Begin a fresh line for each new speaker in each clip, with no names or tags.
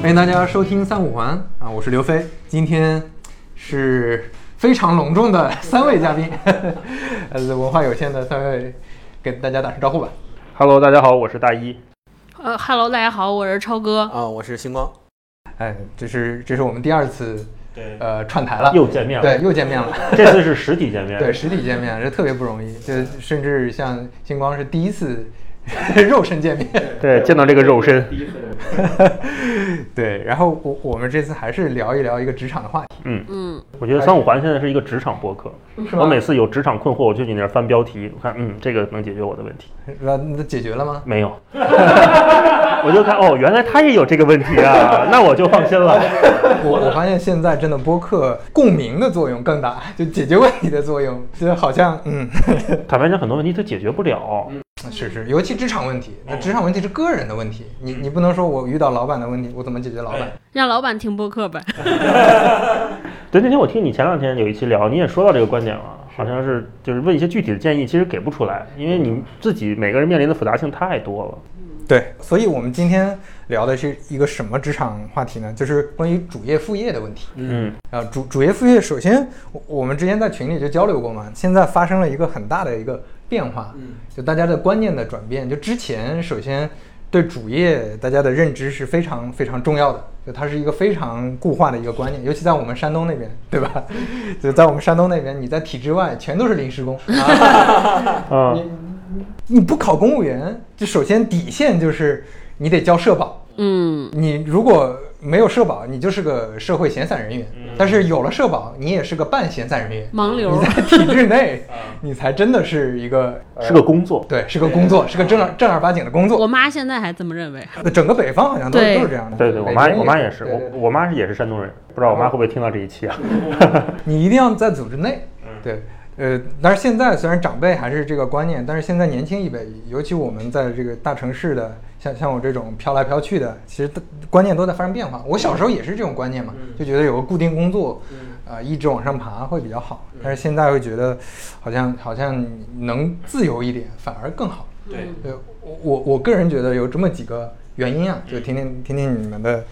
欢迎大家收听三五环啊，我是刘飞，今天是非常隆重的三位嘉宾， 呃，文化有限的三位跟大家打声招呼吧。
Hello，大家好，我是大一。
呃哈喽，大家好，我是超哥。
啊，我是星光。
哎，这是这是我们第二次
对
呃串台了，
又见面了
对，又见面了。
这次是实体见面，
对，实体见面这特别不容易，就甚至像星光是第一次 肉身见面。
对，见到这个肉身，
对，然后我我们这次还是聊一聊一个职场的话题。
嗯，
嗯，
我觉得三五环现在是一个职场播客。
是吗
我每次有职场困惑，我就去你那儿翻标题，我看，嗯，这个能解决我的问题
那那解决了吗？
没有？ 我就看，哦，原来他也有这个问题啊，那我就放心 了。
我我发现现在真的播客共鸣的作用更大，就解决问题的作用，就好像嗯，
坦白讲，很多问题他解决不了，
是是，尤其职场问题，那职场问题是个人的问题，你你不能说我遇到老板的问题，我怎么解决老板？
让老板听播客呗。
对，那天我听你前两天有一期聊，你也说到这个观点了，好像是就是问一些具体的建议，其实给不出来，因为你自己每个人面临的复杂性太多了。
对，所以我们今天聊的是一个什么职场话题呢？就是关于主业副业的问题。
嗯，
啊，主主业副业，首先我我们之前在群里就交流过嘛，现在发生了一个很大的一个变化，
嗯，
就大家的观念的转变。就之前首先对主业大家的认知是非常非常重要的，就它是一个非常固化的一个观念，尤其在我们山东那边，对吧？ 就在我们山东那边，你在体制外全都是临时工，
啊，
你不考公务员，就首先底线就是你得交社保，
嗯，
你如果没有社保，你就是个社会闲散人员；但是有了社保，你也是个半闲散人员。
盲流
你在体制内，你才真的是一个
是个工作。
对，是个工作，是个正儿正儿八经的工
我
作。
妈现在还这么认为。
整个北方好像都是
对
都是这样的。
对对，我
北
妈
京
我妈也是，
对
我
对对
我妈是也是山东人，不知道我妈会不会听到这一期啊？
你一定要在组织内。对，呃，但是现在虽然长辈还是这个观念，但是现在年轻一辈，尤其我们在这个大城市的，像像我这种飘来飘去的，其实都观念都在发生变化。我小时候也是这种观念嘛，就觉得有个固定工作，啊、一直往上爬会比较好。但是现在会觉得，好像好像能自由一点反而更好。
对，
对我我我个人觉得有这么几个原因啊，就听听听听你们的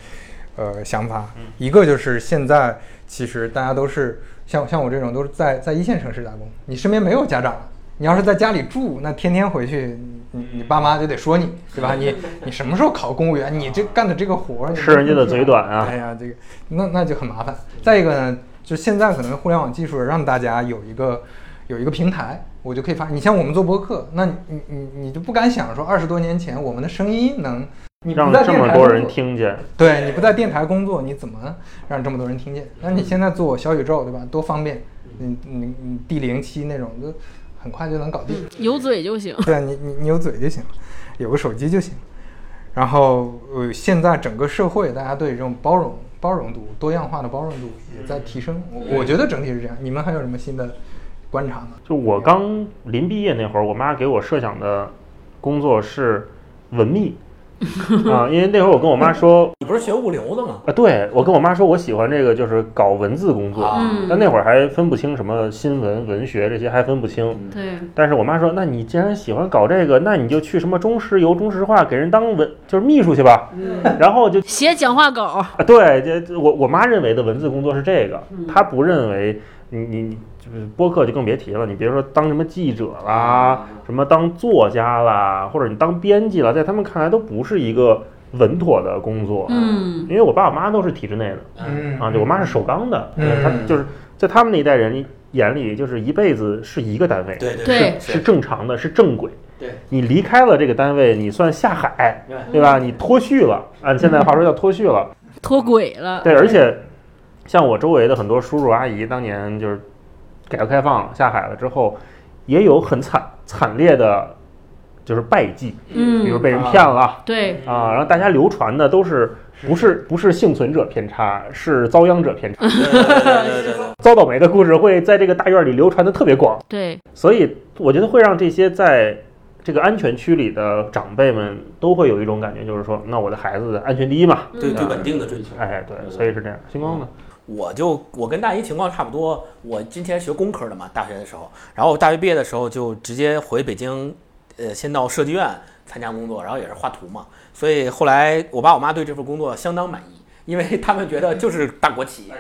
呃想法。一个就是现在其实大家都是像像我这种都是在在一线城市打工，你身边没有家长了。你要是在家里住，那天天回去，你你爸妈就得说你，对吧？ 你你什么时候考公务员？你这干的这个活儿，你
吃人家的嘴短啊
哎呀，这个那那就很麻烦。再一个呢，就现在可能互联网技术让大家有一个有一个平台，我就可以发。你像我们做播客，那你你你你就不敢想说二十多年前我们的声音能，你
让
不在
这
电
么
台
多
工
人
作，
听见，
对你不在电台工作，你怎么让这么多人听见？那你现在做小宇宙，对吧？多方便，你你你 D 零七那种就很快就能搞定。
有嘴就行。
对你你你有嘴就行了，有个手机就行。然后呃，现在整个社会大家对这种包容、包容度、多样化的包容度也在提升。我我觉得整体是这样。你们还有什么新的观察吗？
就我刚临毕业那会儿，我妈给我设想的工作是文秘啊，因为那会儿我跟我 妈说，
你不是学物流的吗？
啊，对我跟我妈说我喜欢这个就是搞文字工
啊
作，
嗯
但那会儿还分不清什么新闻、文学这些还分不
嗯
清。
对，
但是我妈说，那你既然喜欢搞这个，那你就去什么中石油、中石化给人当文就是秘书去吧，
嗯
然后就
写讲话稿。
啊，对，这这我我妈认为的文字工作是这个，她不认为你你你就是播客就更别提了，你别说当什么记者啦，什么当作家啦，或者你当编辑啦，在他们看来都不是一个稳妥的工作。啊
嗯，
因为我爸我妈都是体制内的，
嗯
啊，对我妈是首钢的，
嗯
她就是在他们那一代人眼里，就是一辈子是一个单位，
对对
对
是正常的，是正轨。
对嗯
你离开了这个单位，你算下海，对吧？你脱序了，按现在话说叫脱序了。
脱轨了。
对，而且像我周围的很多叔叔阿姨，当年就是改革开放下海了之后，也有很惨惨烈的，就是败绩，比如
嗯，
被人骗了、
对，
啊，然后大家流传的都是。不是不是幸存者偏差，是遭殃者偏差。
对对对对，
遭倒霉的故事会在这个大院里流传的特别广，
对，
所以我觉得会让这些在这个安全区里的长辈们都会有一种感觉，就是说，那我的孩子安全第一嘛。
对对稳定的追求。
哎，对，所以是这样。星光呢？
我就我跟大一情况差不多，我之前学工科的嘛，大学的时候，然后我大学毕业的时候就直接回北京，呃，先到设计院参加工作，然后也是画图嘛，所以后来我爸我妈对这份工作相当满意，因为他们觉得就是大国企、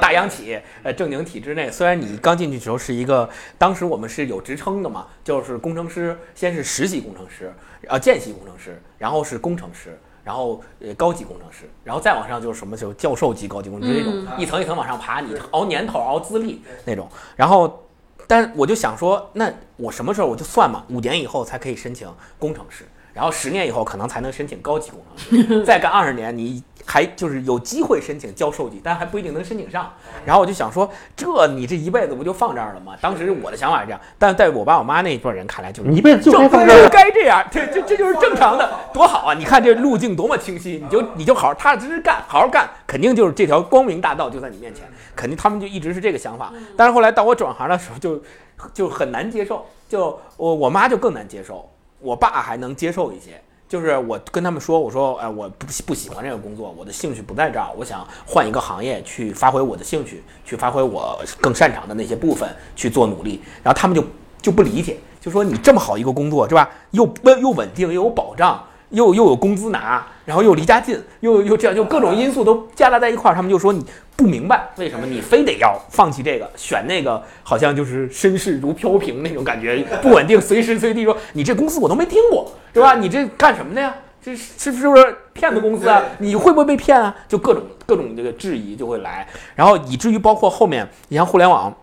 大央企，呃，正经体制内。虽然你刚进去的时候是一个，当时我们是有职称的嘛，就是工程师，先是实习工程师，呃，见习工程师，然后是工程师。然后呃高级工程师，然后再往上就是什么就教授级高级工程师这种，一层一层往上爬，你熬年头熬资历那种。然后，但我就想说，那我什么时候我就算嘛，五年以后才可以申请工程师，然后十年以后可能才能申请高级工程师，再干二十年你还就是有机会申请教授级，但还不一定能申请上。然后我就想说，这你这一辈子不就放这儿了吗？当时我的想法是这样，但在我爸我妈那一拨人看来就是
你一辈子就该
正
放
常
这儿
就
了。
该这样，这这这就是正常的，多好啊！你看这路径多么清晰，你就你就好好踏踏实实干，好好干，肯定就是这条光明大道就在你面前，肯定他们就一直是这个想法。但是后来到我转行的时候就，就很难接受，就我我妈就更难接受，我爸还能接受一些。就是我跟他们说，我说，哎，我不不喜欢这个工作，我的兴趣不在这儿，我想换一个行业去发挥我的兴趣，去发挥我更擅长的那些部分去做努力。然后他们就就不理解，就说你这么好一个工作是吧？又稳又稳定，又有保障，又又有工资拿，然后又离家近，又又这样，就各种因素都加大在一块儿，他们就说你不明白为什么你非得要放弃这个，选那个好像就是身世如飘萍那种感觉，不稳定，随时随地说你这公司我都没听过，是吧？你这干什么的呀？这是是不是骗子公司啊？你会不会被骗啊？就各种各种这个质疑就会来，然后以至于包括后面，你像互联网。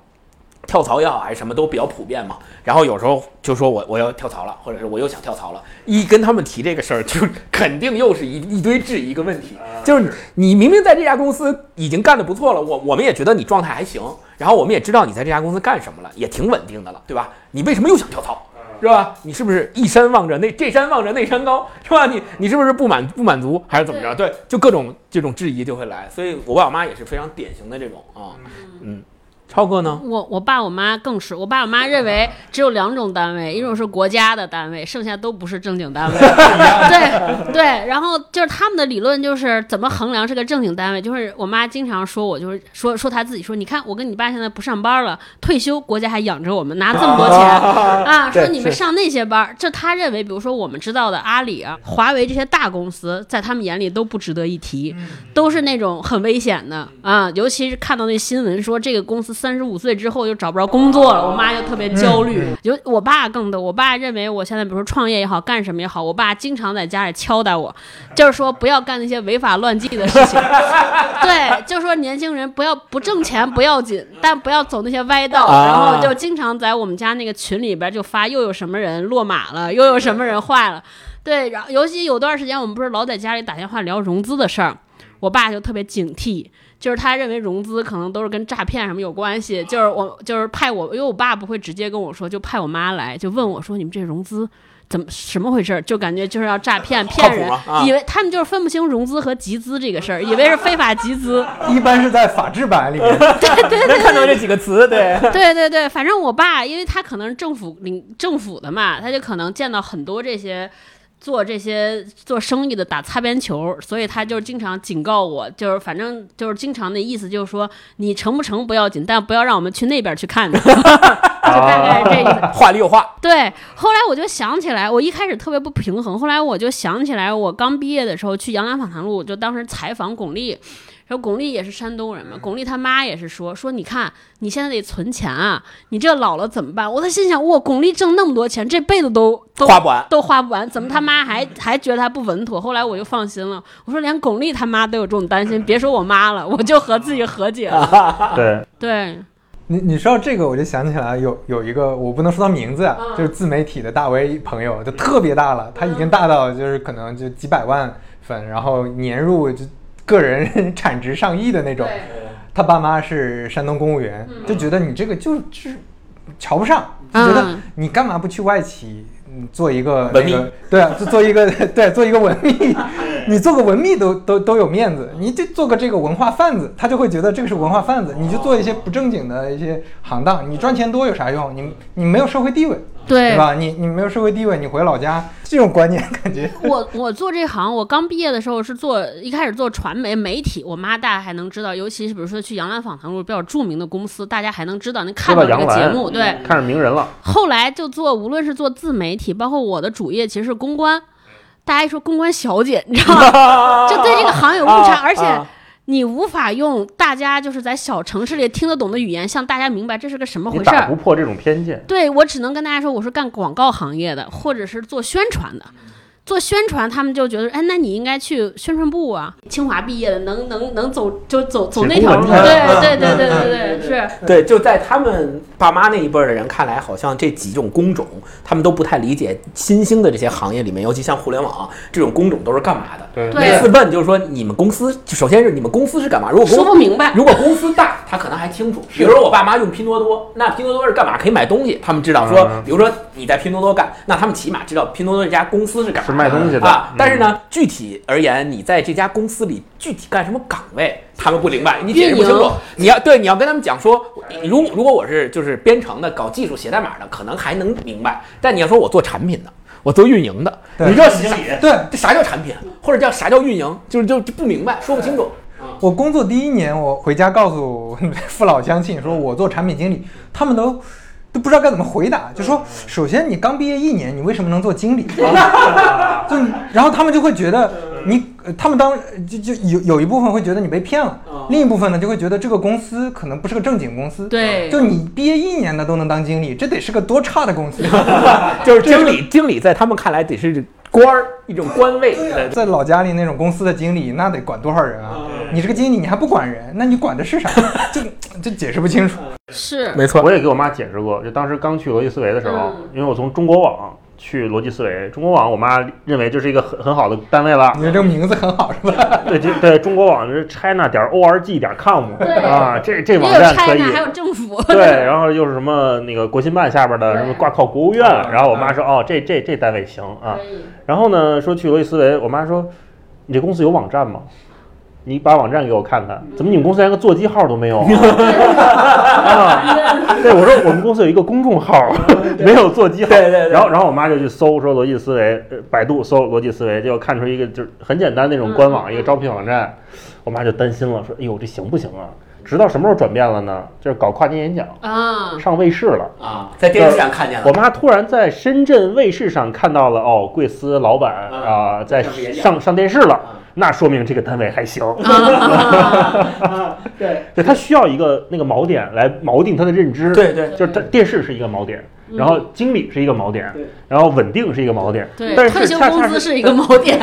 跳槽也好还是什么都比较普遍嘛。然后有时候就说我我要跳槽了，或者是我又想跳槽了，一跟他们提这个事儿，就肯定又是一一堆质疑跟问题。啊就是你你明明在这家公司已经干得不错了，我我们也觉得你状态还行，然后我们也知道你在这家公司干什么了，也挺稳定的了，对吧？你为什么又想跳槽？是吧？你是不是一山望着那这山望着那山高，是吧？你你是不是不满不满足还是怎么着？对，就各种这种质疑就会来，所以我爸我妈也是非常典型的这种啊，嗯，超哥呢？
我我爸我妈更是，我爸我妈认为只有两种单位，一种是国家的单位，剩下都不是正经单位。对对，然后就是他们的理论就是怎么衡量这个正经单位，就是我妈经常说我，就是说说她自己说，你看我跟你爸现在不上班了，退休国家还养着我们，拿这么多钱啊说你们上那些班儿，这他认为，比如说我们知道的阿里啊、华为这些大公司，在他们眼里都不值得一提。都是那种很危险的啊，尤其是看到那新闻说这个公司三十五岁之后就找不着工作了，我妈就特别焦虑。有我爸更逗，我爸认为我现在比如说创业也好，干什么也好，我爸经常在家里敲打我，就是说不要干那些违法乱纪的事情。对，就说年轻人不要不挣钱不要紧，但不要走那些歪道。
啊
然后就经常在我们家那个群里边就发又有什么人落马了，又有什么人坏了。对，然后尤其有段时间我们不是老在家里打电话聊融资的事儿，我爸就特别警惕，就是他认为融资可能都是跟诈骗什么有关系，就是我就是派我，因为我爸不会直接跟我说，就派我妈来，就问我说你们这融资。怎么什么回事儿？就感觉就是要诈骗骗人
靠谱吗，啊
以为他们就是分不清融资和集资这个事儿，以为是非法集资。
一般是在法制版里面，
能看到这几个词，对，
对对对，反正我爸，因为他可能是政府领政府的嘛，他就可能见到很多这些做这些做生意的打擦边球，所以他就经常警告我，就是反正就是经常那意思就是说你成不成不要紧，但不要让我们去那边去看你，就 大
啊
概是这意思。
话里有话，
对，后来我就想起来，我一开始特别不平衡，后来我就想起来，我刚毕业的时候去杨澜访谈录，就当时采访巩俐，然后巩俐也是山东人嘛，巩俐她妈也是说说你看你现在得存钱啊，你这老了怎么办？我在心想，哇，巩俐挣那么多钱，这辈子都都
花不完。
都花不完，怎么他妈还还觉得他不稳妥？后来我就放心了，我说连巩俐他妈都有这种担心，别说我妈了，我就和自己和解
啊
了。
对，
对，
你你说到这个，我就想起来有有一个我不能说他名字啊，就是自媒体的大 V 朋友，就特别大 了，他已经大到就是可能就几百万粉，然后年入就个人 产值上亿的那种。他爸妈是山东公务员，就觉得你这个就就是瞧不上，就觉得
嗯嗯
你干嘛不去外企嗯做一个
文
那个
秘
对啊，就做一个 对做一个文秘，你做个文秘都都都有面子，你就做个这个文化贩子，他就会觉得这个是文化贩子，你就做一些不正经的一些行当，你赚钱多有啥用？你你没有社会地位，
对
对吧？你你没有社会地位，你回老家这种观念感 觉
我我做这行，我刚毕业的时候是做一开始做传媒媒体，我妈大家还能知道，尤其是比如说去杨澜访谈录比较著名的公司，大家还能知道能看
说到
这
杨
个节
澜
目。对，
看上名人了，
后来就做无论是做自媒体，包括我的主业其实是公关，大家一说公关小姐，你知道吗？就对这个行有误差，
啊
而且
啊
你无法用大家就是在小城市里听得懂的语言向大家明白这是个什么
你
回事
打
儿
不。破这种偏见。
对我只能跟大家说，我是干广告行业的，或者是做宣传的。做宣传，他们就觉得，哎，那你应该去宣传部啊。清华毕业的，能能能走就走走那条路，
写公文嗯
啊
对对对对对对，是。
对，就在他们爸妈那一辈儿的人看来，好像这几种工种，他们都不太理解新兴的这些行业里面，尤其像互联网这种工种都是干嘛的。
对
对
每次问就是说，你们公司首先是你们公司是干嘛？如果公
说不明白
如果公司大，他可能还清楚。比如说我爸妈用拼多多，那拼多多是干嘛？可以买东西，他们知道说
嗯，
比如说你在拼多多干，那他们起码知道拼多多这家公司是干嘛
是卖东西的
啊
嗯。
但是呢，具体而言，你在这家公司里具体干什么岗位，他们不明白，你解释不清
运
楚
营。
你要对你要跟他们讲说，你如如果我是就是编程的，搞技术写代码的，可能还能明白。但你要说我做产品的，我做运营的，
对
你知道经理
对
这啥叫产品，或者叫啥叫运营，就是就就不明白，说不清楚。
我工作第一年，我回家告诉父老乡亲，说我做产品经理，他们都都不知道该怎么回答，就说首先你刚毕业一年，你为什么能做经理？就然后他们就会觉得你，呃他们当就就有有一部分会觉得你被骗了，另一部分呢就会觉得这个公司可能不是个正经公司。
对
就你毕业一年的都能当经理，这得是个多差的公司！
就是经理，经理在他们看来得是官儿，一种官位。对
在老家里那种公司的经理，那得管多少人啊？你是个经理，你还不管人，那你管的是啥？就就解释不清楚。
是，
没错。
我也给我妈解释过，就当时刚去逻辑思维的时候
嗯，
因为我从中国网去逻辑思维，中国网我妈认为这是一个很很好的单位 了
你，的这个名字很好是吧？
对，这对中国网是 china 点 org 点 com
对
啊，这这
也有
网站可以
China，。还有政府，
对， 然后又是什么那个国新办下边的什么挂靠国务院，
嗯
然后我妈说哦，这这这单位行啊，
可以
然后呢，说去逻辑思维，我妈说，你这公司有网站吗？你把网站给我看看，怎么你们公司连个座机号都没有啊？ 啊对，我说我们公司有一个公众号，没有座机号。
对对对
然后然后我妈就去搜，说逻辑思维，呃百度搜逻辑思维，结果看出一个就是很简单那种官网，一个招聘网站，我妈就担心了，说哎呦这行不行啊？直到什么时候转变了呢？就是搞跨年演讲，
啊，
上卫视了。
啊，在电视上看见
我
了。
妈突然在深圳卫视上看到了哦，贵司老板
嗯
啊、在
上演讲
上上电视了
嗯，
那说明这个单位还行。
啊
对
对，他需要一个那个锚点来锚定他的认知。，
对对，
就是他电视是一个锚点，
嗯
然后经理是一个锚点
对，
然后稳定是一个锚点。
对
但，是
退休
恰恰
工资是一个锚点，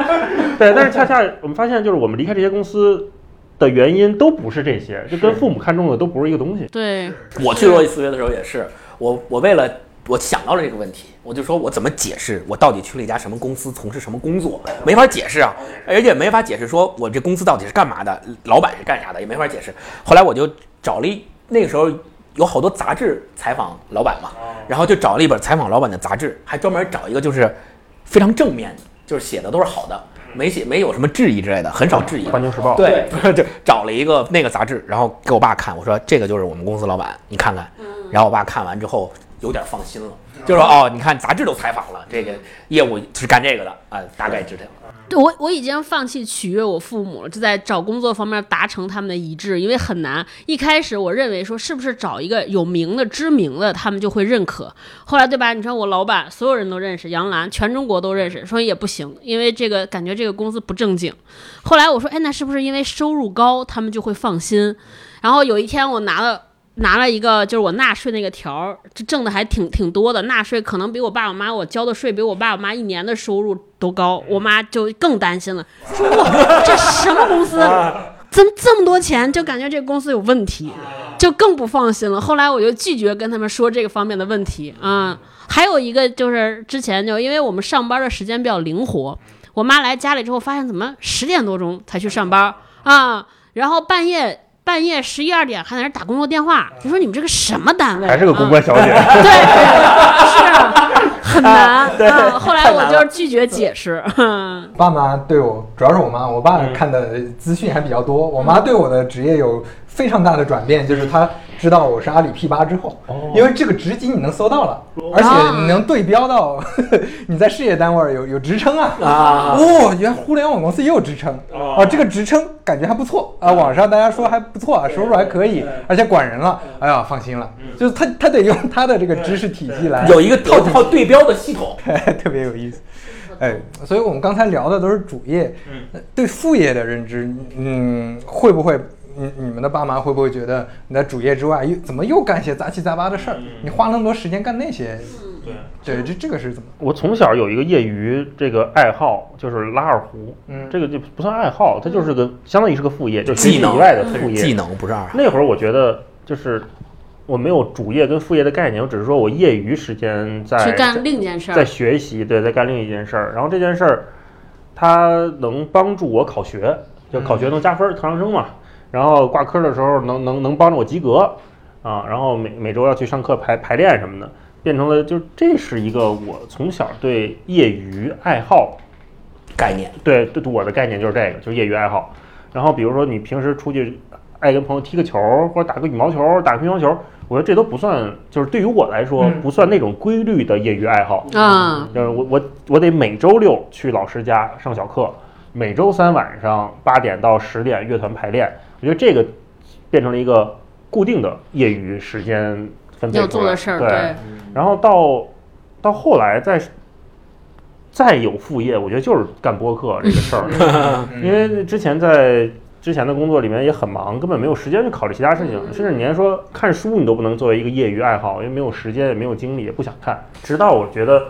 对，但是恰恰我们发现，就是我们离开这些公司的原因都不是这些，就跟父母看中的都不是一个东西。
对，
我去逻辑思维的时候也是，我我为了我想到了这个问题，我就说我怎么解释我到底去了一家什么公司，从事什么工作，没法解释啊，而且没法解释说我这公司到底是干嘛的，老板是干啥的，也没法解释。后来我就找了一那个时候有好多杂志采访老板嘛，然后就找了一本采访老板的杂志，还专门找一个就是非常正面的，就是写的都是好的，没写没有什么质疑之类的，很少质疑。
环球时报，
哦对， 不是就找了一个那个杂志，然后给我爸看，我说这个就是我们公司老板，你看看。然后我爸看完之后有点放心了，
嗯
就说哦，你看杂志都采访了，这个业务是干这个的啊，大概知道。
对我我已经放弃取悦我父母了，就在找工作方面达成他们的一致，因为很难。一开始我认为说是不是找一个有名的、知名的，他们就会认可。后来对吧？你看我老板，所有人都认识杨澜，全中国都认识，说也不行，因为这个感觉这个公司不正经。后来我说，哎，那是不是因为收入高，他们就会放心？然后有一天我拿了。拿了一个就是我纳税那个条儿，这挣的还挺挺多的，纳税可能比我爸我妈我交的税比我爸我妈一年的收入都高，我妈就更担心了，说哇 这什么公司，怎么这么多钱，就感觉这公司有问题，就更不放心了。后来我就拒绝跟他们说这个方面的问题啊、还有一个就是之前就因为我们上班的时间比较灵活，我妈来家里之后发现怎么十点多钟才去上班啊，然后半夜。半夜十一二点还在那儿打工作电话，你说你们这个什么单位？
还是个公
啊
关小姐。
对，是啊很难。嗯，后来我就是拒绝解释。嗯
爸妈对我，主要是我妈，我爸看的资讯还比较多。我妈对我的职业有非常大的转变，就是她知道我是阿里 P 八之后，因为这个职级你能搜到了，而且你能对标到 你在事业单位有有职称啊。
啊
哦，原来互联网公司也有职称哦，这个职称感觉还不错啊，网上大家说还不错啊，收入还可以，而且管人了，哎呀，放心了，就是他
嗯
他得用他的这个知识体系来，
有一个套套对标的系统，
特别有意思。哎，所以我们刚才聊的都是主业，嗯，对副业的认知，嗯，会不会，你你们的爸妈会不会觉得你在主业之外又怎么又干些杂七杂八的事儿？你花那么多时间干那些，嗯
对，
对，这这个是怎么？
我从小有一个业余这个爱好，就是拉二胡。
嗯
这个就不算爱好，它就是个相当于是个副业，就是学习
技能
以外的副业。
技能不是二，
那会儿我觉得就是我没有主业跟副业的概念，我只是说我业余时间在
去干另一件事
哎在
儿，
学习，对，在干另一件事儿。然后这件事儿，它能帮助我考学，就考
嗯
学能加分儿，特长生嘛。然后挂科的时候能能能帮着我及格啊。然后每每周要去上课排排练什么的，变成了就这是一个我从小对业余爱好
概念，
对对我的概念就是这个，就是业余爱好。然后比如说你平时出去爱跟朋友踢个球，或者打个羽毛球、打个乒乓球，我觉得这都不算，就是对于我来说、
嗯
不算那种规律的业余爱好。
嗯，
就是我我我得每周六去老师家上小课，每周三晚上八点到十点乐团排练。我觉得这个变成了一个固定的业余时间分配
要
出
做
来
的事儿，
对，然后到到后来再再有副业，我觉得就是干播客这个事儿，因为之前在之前的工作里面也很忙，根本没有时间去考虑其他事情，甚至你连说看书你都不能作为一个业余爱好，因为没有时间，也没有精力，也不想看。直到我觉得，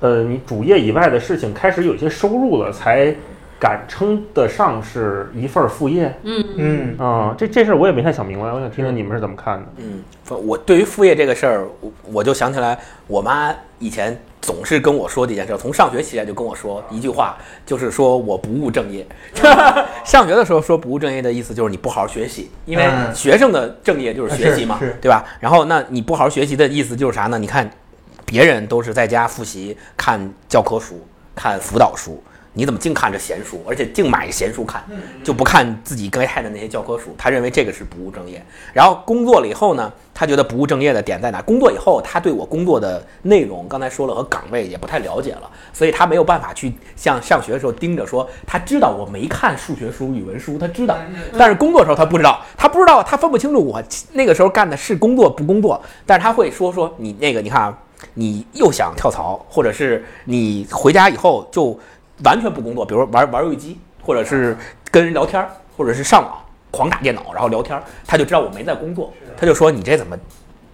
呃，你主业以外的事情开始有一些收入了，才敢称得上是一份儿副业
嗯，
嗯，
啊、这这事儿我也没太想明白，我想听听你们是怎么看的。
嗯，我对于副业这个事儿，我我就想起来我妈以前总是跟我说的一件事，从上学期间就跟我说一句话，就是说我不务正业。
嗯
上学的时候说不务正业的意思就是你不好好学习，因为
嗯
学生的正业就是学习嘛，
是是
对吧？然后那你不好好学习的意思就是啥呢？你看别人都是在家复习、看教科书、看辅导书，你怎么净看这闲书，而且净买闲书看，就不看自己该看的那些教科书？他认为这个是不务正业。然后工作了以后呢，他觉得不务正业的点在哪？工作以后，他对我工作的内容，刚才说了和岗位也不太了解了，所以他没有办法去像上学的时候盯着说，他知道我没看数学书、语文书，他知道，但是工作的时候他不知道，他不知道，他分不清楚我那个时候干的是工作不工作，但是他会说说你那个，你看啊，你又想跳槽，或者是你回家以后就完全不工作，比如说玩玩游戏机，或者是跟人聊天儿，或者是上网狂打电脑然后聊天儿，他就知道我没在工作，他就说你这怎么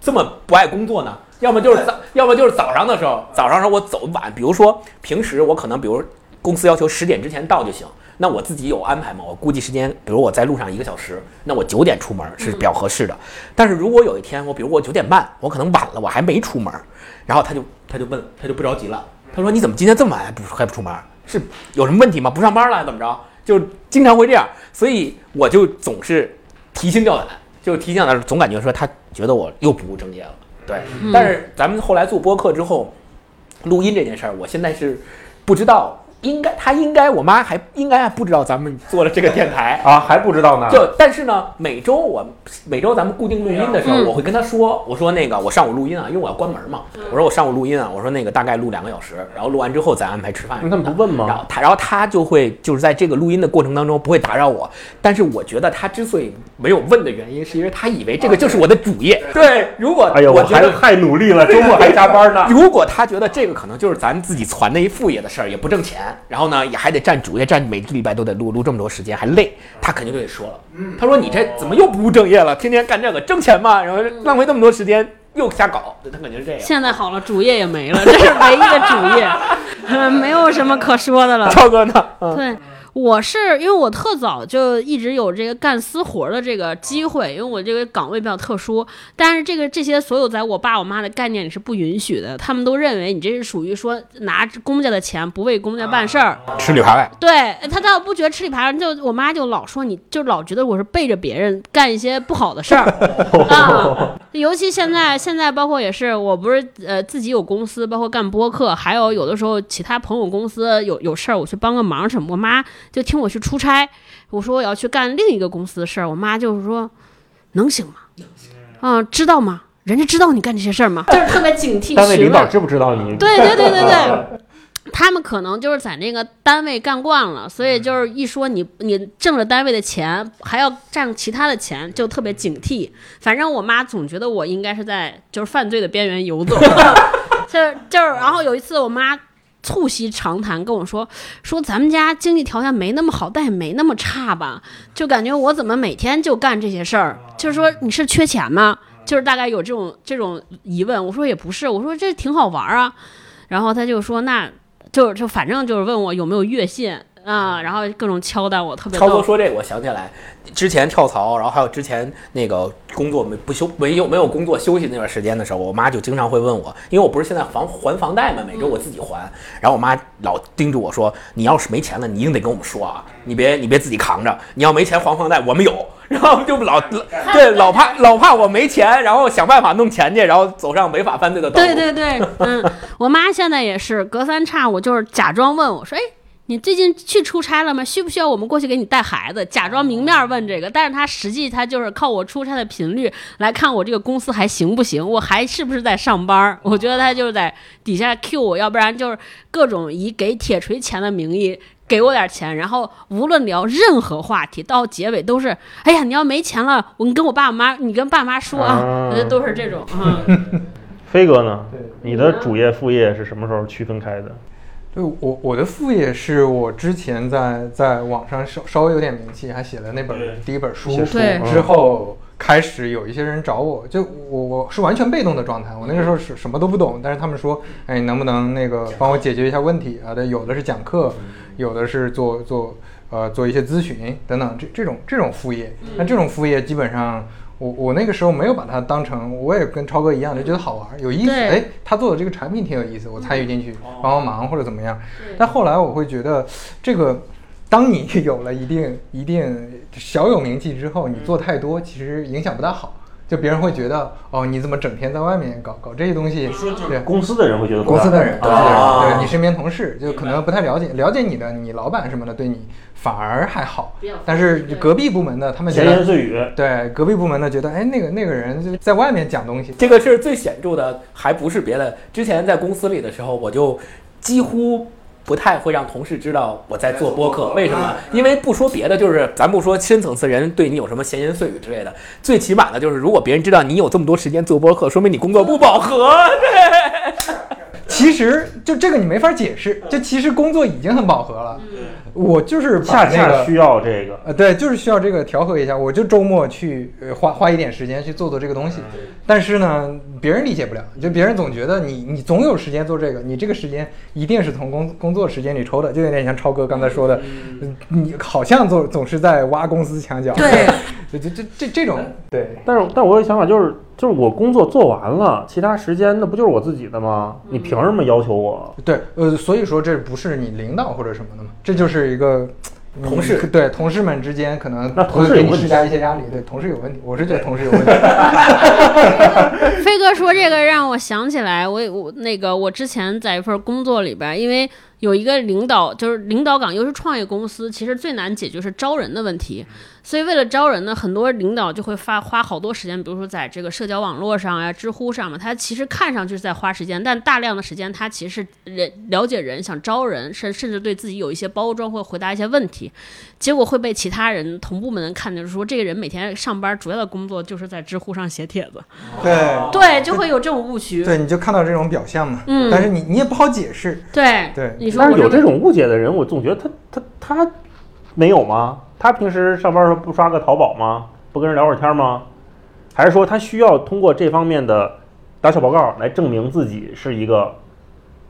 这么不爱工作呢？要么就是早，要么就是早上的时候，早上的时候我走晚，比如说平时我可能比如公司要求十点之前到就行，那我自己有安排嘛，我估计时间，比如我在路上一个小时，那我九点出门是比较合适的。但是如果有一天我比如我九点半，我可能晚了，我还没出门，然后他就他就问他就不着急了，他说你怎么今天这么晚还不还不出门？是有什么问题吗？不上班了还怎么着？就经常会这样，所以我就总是提心吊胆，就提心吊胆，总感觉说他觉得我又不务正业了。对，
嗯
但是咱们后来做播客之后，录音这件事儿，我现在是不知道，应该他应该我妈还应该还不知道咱们做了这个电台，
啊，还不知道呢。
就但是呢，每周我每周咱们固定录音的时候，
嗯
我会跟他说，我说那个我上午录音啊，因为我要关门嘛，
嗯
我说我上午录音啊，我说那个大概录两个小时，然后录完之后再安排吃饭。
那他们不问吗
然后他，然后他就会就是在这个录音的过程当中不会打扰我，但是我觉得他之所以没有问的原因，是因为他以为这个就是
哦
我的主业。对，如果
哎呦，我
我觉
还
得
太努力了，周末还加班呢。
如果他觉得这个可能就是咱自己攒的一副业的事儿，也不挣钱，然后呢也还得占主业，占每个礼拜都得录录这么多时间，还累，他肯定就得说了。他说你这怎么又不务正业了？天天干这个挣钱吗？然后浪费那么多时间又瞎搞，他肯定是这样。
现在好了，主业也没了，这是唯一的主业，嗯没有什么可说的了。
超哥呢？嗯
对，我是因为我特早就一直有这个干私活儿的这个机会，因为我这个岗位比较特殊。但是这个这些所有在我爸我妈的概念里是不允许的，他们都认为你这是属于说拿着公家的钱不为公家办事儿，
吃里扒外，
对他倒不觉得吃里扒外，就我妈就老说你，就老觉得我是背着别人干一些不好的事儿 啊。尤其现在，现在包括也是，我不是呃自己有公司，包括干播客，还有有的时候其他朋友公司有有事儿，我去帮个忙什么，我妈就听我去出差，我说我要去干另一个公司的事儿，我妈就是说能行吗？啊、知道吗？人家知道你干这些事儿吗？就是特别警惕。
单位领
询
导
问。
知不知道你？
对对对对对，他们可能就是在那个单位干惯了，所以就是一说你你挣了单位的钱，还要占其他的钱，就特别警惕。反正我妈总觉得我应该是在就是犯罪的边缘游走，就是就是，然后有一次我妈。促膝长谈跟我说，说咱们家经济条件没那么好，但也没那么差吧，就感觉我怎么每天就干这些事儿，就是说你是缺钱吗？就是大概有这种这种疑问。我说也不是，我说这挺好玩儿啊。然后他就说那就就反正就是问我有没有月薪啊，然后各种敲打我，特别
超哥
逗。
说这个，我想起来，之前跳槽，然后还有之前那个工作没不休没有没有工作休息那段时间的时候，我妈就经常会问我，因为我不是现在房还房贷嘛，每周我自己
嗯
还，然后我妈老叮嘱我说，你要是没钱了，你一定得跟我们说啊，你别你别自己扛着，你要没钱还房贷，我们有。 然后就老对老怕老怕我没钱，然后想办法弄钱去，然后走上违法犯罪的道路。
对对对，嗯，我妈现在也是隔三差五就是假装问我说，哎。你最近去出差了吗？需不需要我们过去给你带孩子？假装明面问这个，但是她实际她就是靠我出差的频率来看我这个公司还行不行，我还是不是在上班儿？ 我觉得她就是在底下 Q 我，要不然就是各种以给铁锤钱的名义给我点钱，然后无论聊任何话题，到结尾都是，哎呀，你要没钱了，我你跟我爸妈，你跟爸妈说啊，
啊
都是这种啊。嗯
飞哥呢？
对
你的主业副业是什么时候区分开的？
对我我的副业是我之前在在网上稍稍微有点名气，还写了那本
对
第一本书
写，书嗯
对
之后开始有一些人找我，就我我是完全被动的状态，我那个时候是什么都不懂，但是他们说，哎，你能不能那个帮我解决一下问题啊？对，有的是讲课，
嗯
有的是做做呃做一些咨询等等，这这种这种副业，那这种副业基本上。我我那个时候没有把它当成，我也跟超哥一样，就觉得好玩儿有意思。
对
哎，他做的这个产品挺有意思，我参与进去帮帮忙或者怎么样。但后来我会觉得，这个当你 有了一定一定小有名气之后，你做太多其实影响不大好，就别人会觉得哦，你怎么整天在外面搞搞这些东西？对。
公司的人会觉得
公司的人，公司的
啊
人，对你身边同事，就可能不太了解，了解你的，你老板什么的，对你反而还好
比较放。
但是
心对
隔壁部门的，他们觉
闲
得
言碎语。
对隔壁部门的觉得，哎，那个那个人就在外面讲东西，
这个是最显著的，还不是别的。之前在公司里的时候，我就几乎不太会让同事知道我在做播客。为啊什么？因为不说别的，就是咱不说深层次人对你有什么闲言碎语之类的，最起码的就是，如果别人知道你有这么多时间做播客，说明你工作不饱和。
其实就这个你没法解释，就其实工作已经很饱和了，
嗯
我就是把
恰
那
恰
个
需要这个，
呃对，就是需要这个调和一下，我就周末去呃花花一点时间去做做这个东
嗯
西，但是呢，别人理解不了，就别人总觉得你你总有时间做这个，你这个时间一定是从工工作时间里抽的，就有点像超哥刚才说的，嗯你好像总总是在挖公司 墙角，
对，
就就这这这种
嗯
对。
但是但我有想法就是，就是我工作做完了，其他时间那不就是我自己的吗？你凭什么要求我？
对，呃，所以说这不是你领导或者什么的嘛，这就是一个你
同事
对同事们之间可能
那同事
会给
有
你
问
施
题
加一些压力，对同事有问题，我是觉得同事有 问题，
飞哥说这个让我想起来，我我那个我之前在一份工作里边，因为有一个领导，就是领导岗，又是创业公司，其实最难解决是招人的问题。所以为了招人呢，很多领导就会发花好多时间，比如说在这个社交网络上呀、知乎上嘛，他其实看上去是在花时间，但大量的时间他其实是人了解人，想招人，甚甚至对自己有一些包装或回答一些问题，结果会被其他人同部门的看见，就是说这个人每天上班主要的工作就是在知乎上写帖子。
对
对，就会有这种误区。
对，你就看到这种表象嘛，
嗯
但是你你也不好解释，
对
对
你说
但
我
是有这
这
种误解的人，我总觉得他他他没有吗？他平时上班的时候不刷个淘宝吗？不跟人聊会儿天吗？还是说他需要通过这方面的打小报告来证明自己是一个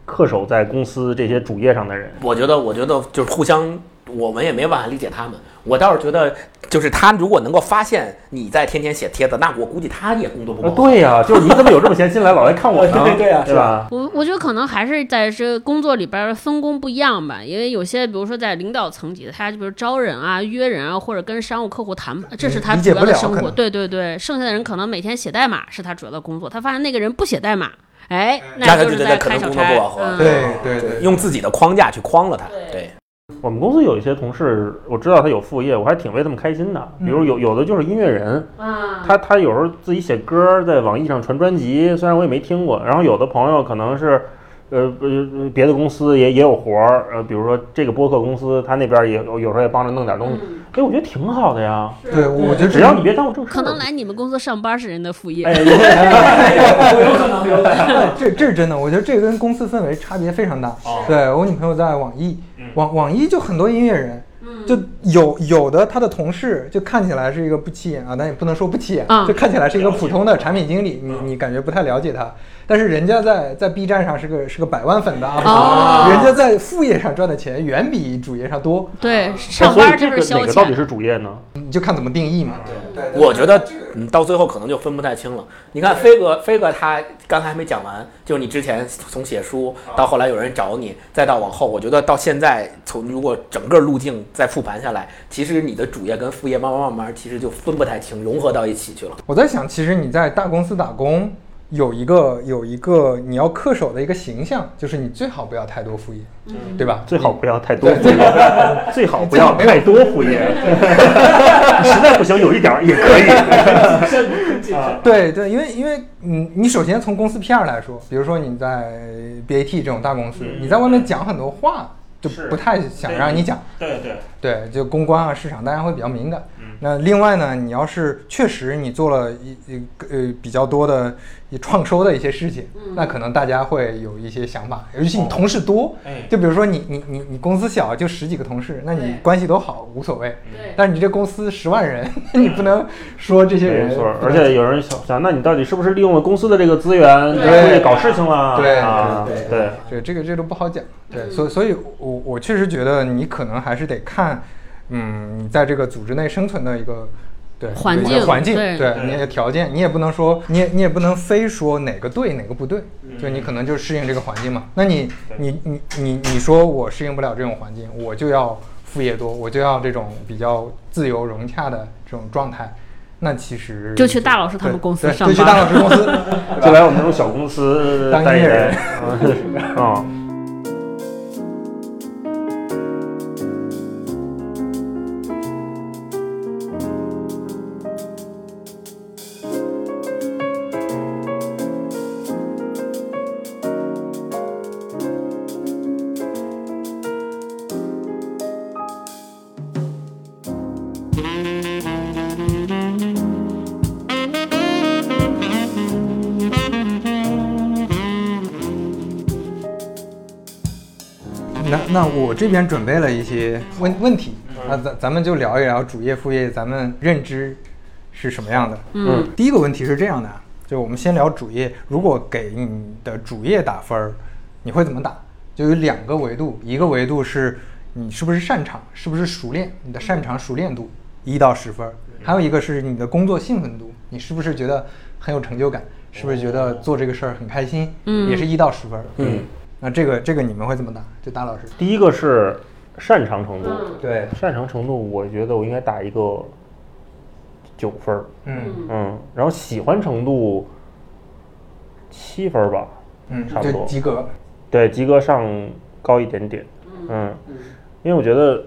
恪守在公司这些主业上的人？
我觉得，我觉得就是互相，我们也没办法理解他们。我倒是觉得，就是他如果能够发现你在天天写帖子，那我估计他也工作不饱
呃，
和。
对呀、就是你怎么有这么闲心来老来看我呢？
对对对啊
对吧？
我我觉得可能还是在这个工作里边儿分工不一样吧，因为有些比如说在领导层级的，他就比如招人啊、约人啊，或者跟商务客户谈，这是他
理
主
解
要
不
的
了
生
可
活。
能
对对对，剩下的人可能每天写代码是他主要的工作，他发现那个人不写代码，哎，那
加上
就
就是觉
在
得可
开
能
小
工作
差。
不饱和
嗯
对对对，
用自己的框架去框了他。对
对，
我们公司有一些同事，我知道他有副业，我还挺为他们开心的。比
嗯
如有有的就是音乐人，
啊，
他他有时候自己写歌，在网易上传专辑，虽然我也没听过。然后有的朋友可能是，呃呃，
嗯
别的公司也也有活儿，呃，比如说这个播客公司，他那边也有有时候也帮着弄点东西。哎，我觉得挺好的呀，
嗯对，我觉得
只要你别耽误正事儿。
可能来你们公司上班是人的副业。
哎，有哎 可能有可能。
对 这这是真的，我觉得这跟公司氛围差别非常大。
哦
对我女朋友在网易
嗯，
网网易就很多音乐人，
嗯
就有有的他的同事就看起来是一个不起眼啊，咱也不能说不起眼，
嗯
就看起来是一个普通的产品经理，
嗯
你你感觉不太了解他，但是人家在在 B 站上是个是个百万粉的
哦
UP 主，人家在副业上赚的钱远比主业上多，
对，
哎
嗯上
所以
班
这
就
个
是消
哪个到底
遣。
是主业呢？
你就看怎么定义嘛。
嗯
对
我觉得嗯，到最后可能就分不太清了。你看飞哥，飞哥他刚才还没讲完，就是你之前从写书到后来有人找你，再到往后，我觉得到现在从如果整个路径再复盘下来，其实你的主业跟副业慢慢慢慢其实就分不太清，融合到一起去了。
我在想，其实你在大公司打工，有一个有一个你要恪守的一个形象，就是你最好不要太多副业，对吧？
最好不要太多副业，最好不要太多副业， 实在不行有一点儿也可以。
对对，因为因为嗯，你首先从公司 PR 来说，比如说你在 BAT 这种大公司，
嗯
你在外面讲很多话，就是不太想让你讲。
对对，
对，就公关啊、市场，大家会比较敏感。
嗯
那另外呢，你要是确实你做了一一个呃比较多的一创收的一些事情，那可能大家会有一些想法，尤其你同事多，
哦哎
就比如说你你你你公司小，就十几个同事，那你
对
关系都好无所谓。
对
但是你这公司十万人， 你不能说这些人
没错儿。
不
而
能
且有人想想，那你到底是不是利用了公司的这个资源
对
出去搞事情了？
对
啊，
对
对，，
对，这个这都不好讲。对，
嗯
所以所以我，我确实觉得你可能还是得看，嗯，你在这个组织内生存的一个。对
环
一个
境
环境，
对
对你的条件，你也不能说，你也你也不能非说哪个对哪个不对，就你可能就适应这个环境嘛。那你你你你你说我适应不了这种环境，我就要副业多，我就要这种比较自由融洽的这种状态，那其实
就去大老师他们
对
公司
对
上
就去
班
大老师公 司
就来我们这种小公司
当
待一
音乐
待
人。
啊，
那那我这边准备了一些问问题，那咱咱们就聊一聊主业副业，咱们认知是什么样的？
嗯，
第一个问题是这样的，啊就我们先聊主业，如果给你的主业打分儿，你会怎么打？就有两个维度，一个维度是你是不是擅长，是不是熟练，你的擅长熟练度一到十分儿，还有一个是你的工作兴奋度，你是不是觉得很有成就感，是不是觉得做这个事儿很开心，
嗯
也是一到十分。嗯，那这个这个你们会怎么打？就打老师。
第一个是擅长程度，
对，
擅长程度，我觉得我应该打一个九分儿。
嗯
嗯，然后喜欢程度七分儿吧，
嗯，
差不
就
多。
及格。
对，及格上高一点点。嗯，因为我觉得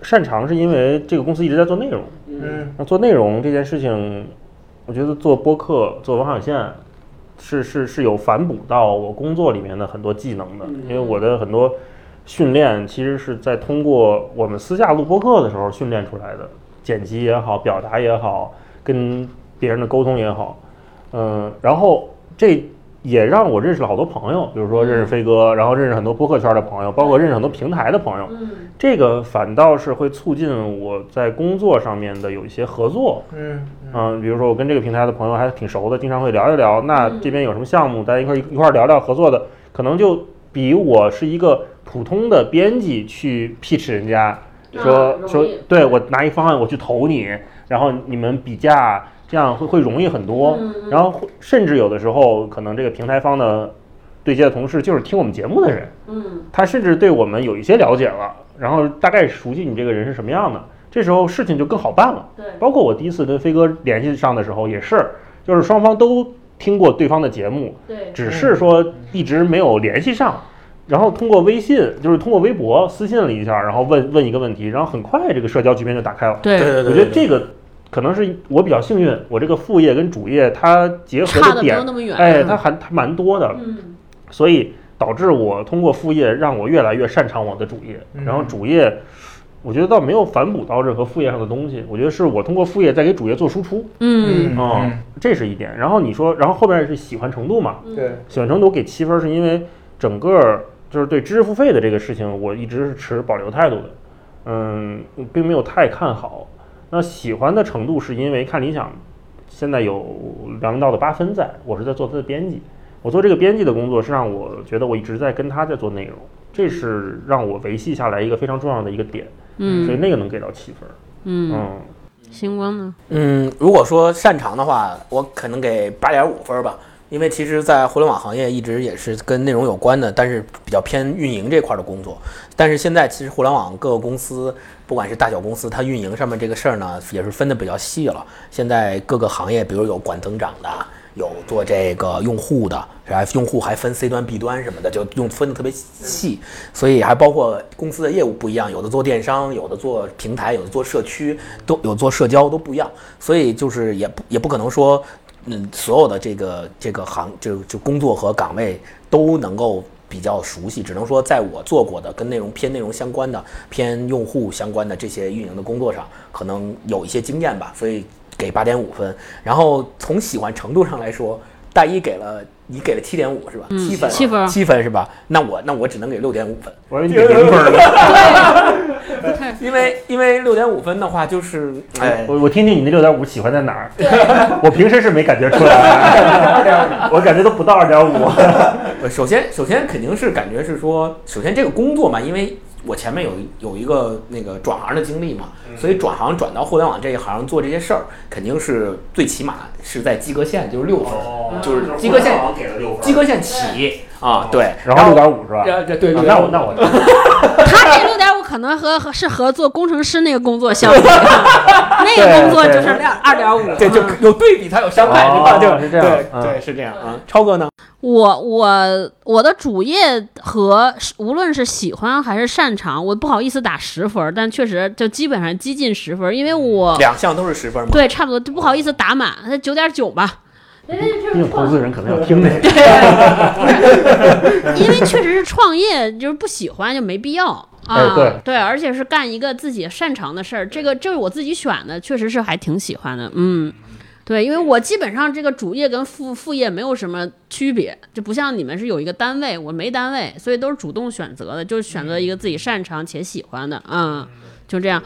擅长是因为这个公司一直在做内容，
嗯
那做内容这件事情，我觉得做播客、做文化有限，是是是有反哺到我工作里面的很多技能的，因为我的很多训练其实是在通过我们私下录播客的时候训练出来的，剪辑也好，表达也好，跟别人的沟通也好，嗯，然后这。也让我认识了好多朋友，比如说认识飞哥，然后认识很多播客圈的朋友，包括认识很多平台的朋友。
嗯
这个反倒是会促进我在工作上面的有一些合作。
嗯
嗯，比如说我跟这个平台的朋友还挺熟的，经常会聊一聊。那
嗯
这边有什么项目，大家一块儿一块儿聊聊合作的，可能就比我是一个普通的编辑去 pitch 人家，说
啊容易
说，对我拿一方案我去投你，然后你们比价，这样会会容易很多。
嗯
然后会甚至有的时候，可能这个平台方的对接的同事就是听我们节目的人，
嗯，
他甚至对我们有一些了解了，然后大概熟悉你这个人是什么样的，这时候事情就更好办了。
对
包括我第一次跟飞哥联系上的时候也是，就是双方都听过对方的节目，
对
只是说一直没有联系上，然后通过微信，就是通过微博私信了一下，然后问问一个问题，然后很快这个社交局面就打开了。
对，
对
我觉得这个可能是我比较幸运，我这个副业跟主业它结合
差的
的
没
点
有，那么远。
哎，它还它蛮多的，
嗯
所以导致我通过副业让我越来越擅长我的主业，然后主业我觉得倒没有反哺到任何副业上的东西，我觉得是我通过副业在给主业做输出，
嗯，
哦
嗯，这是一点。然后你说，然后后面是喜欢程度嘛？
嗯
对，
喜欢程度我给七分，是因为整个就是对知识付费的这个事情，我一直是持保留态度的，嗯，并没有太看好。那喜欢的程度是因为看理想现在有梁道的八分在，我是在做他的编辑，我做这个编辑的工作是让我觉得我一直在跟他在做内容，这是让我维系下来一个非常重要的一个点，所以
嗯
那个能给到七分，
嗯，
嗯
星光呢？
嗯，如果说擅长的话，我可能给八点五分吧，因为其实，在互联网行业一直也是跟内容有关的，但是比较偏运营这块的工作。但是现在其实互联网各个公司，不管是大小公司，它运营上面这个事儿呢，也是分的比较细了。现在各个行业，比如有管增长的，有做这个用户的，然后用户还分 C 端、B 端什么的，就用分的特别细，所以还包括公司的业务不一样，有的做电商，有的做平台，有的做社区，都有做社交都不一样，所以就是也不也不可能说，嗯，所有的这个这个行就就工作和岗位都能够。比较熟悉，只能说在我做过的跟内容偏内容相关的、偏用户相关的这些运营的工作上，可能有一些经验吧，所以给八点五分。然后从喜欢程度上来说，大一给了你给了七点五是吧？
嗯
七分，啊
七 分
七分是吧？那我那我只能给六点五分。
我以为你给零分呢，
因为因为六点五分的话，就是哎，
我我听听你那六点五喜欢在哪儿， 我平时是没感觉出来，我感觉都不到二点五，
呃首先首先肯定是感觉是说，首先这个工作嘛，因为我前面有有一个那个转行的经历嘛，
嗯
所以转行转到互联网这一行做这些事儿，肯定是最起码是在及格线，就是六分，
哦
就是及格线，
给了六
及格线起啊，对，
哦然后六点五是吧？
呃对对，
啊
6.5
那我那我
他这六点五可能和和是和做工程师那个工作相比，那个工作就是二点五。
对就
嗯
有对比才有伤害，对吧？
哦
就是
这样
对
嗯
对是这样啊。超哥呢？
我我我的主业和无论是喜欢还是擅长，我不好意思打十分儿，但确实就基本上接近十分儿，因为我
两项都是十分嘛，
对差不多就不好意思打满，那九点九吧。
毕竟投资人可能要听这个，
因为确实是创业，就是不喜欢就没必要啊
哎。对
而且是干一个自己擅长的事儿，这个这是我自己选的，确实是还挺喜欢的。嗯，对，因为我基本上这个主业跟副副业没有什么区别，就不像你们是有一个单位，我没单位，所以都是主动选择的，就是选择一个自己擅长且喜欢的。嗯，就这样。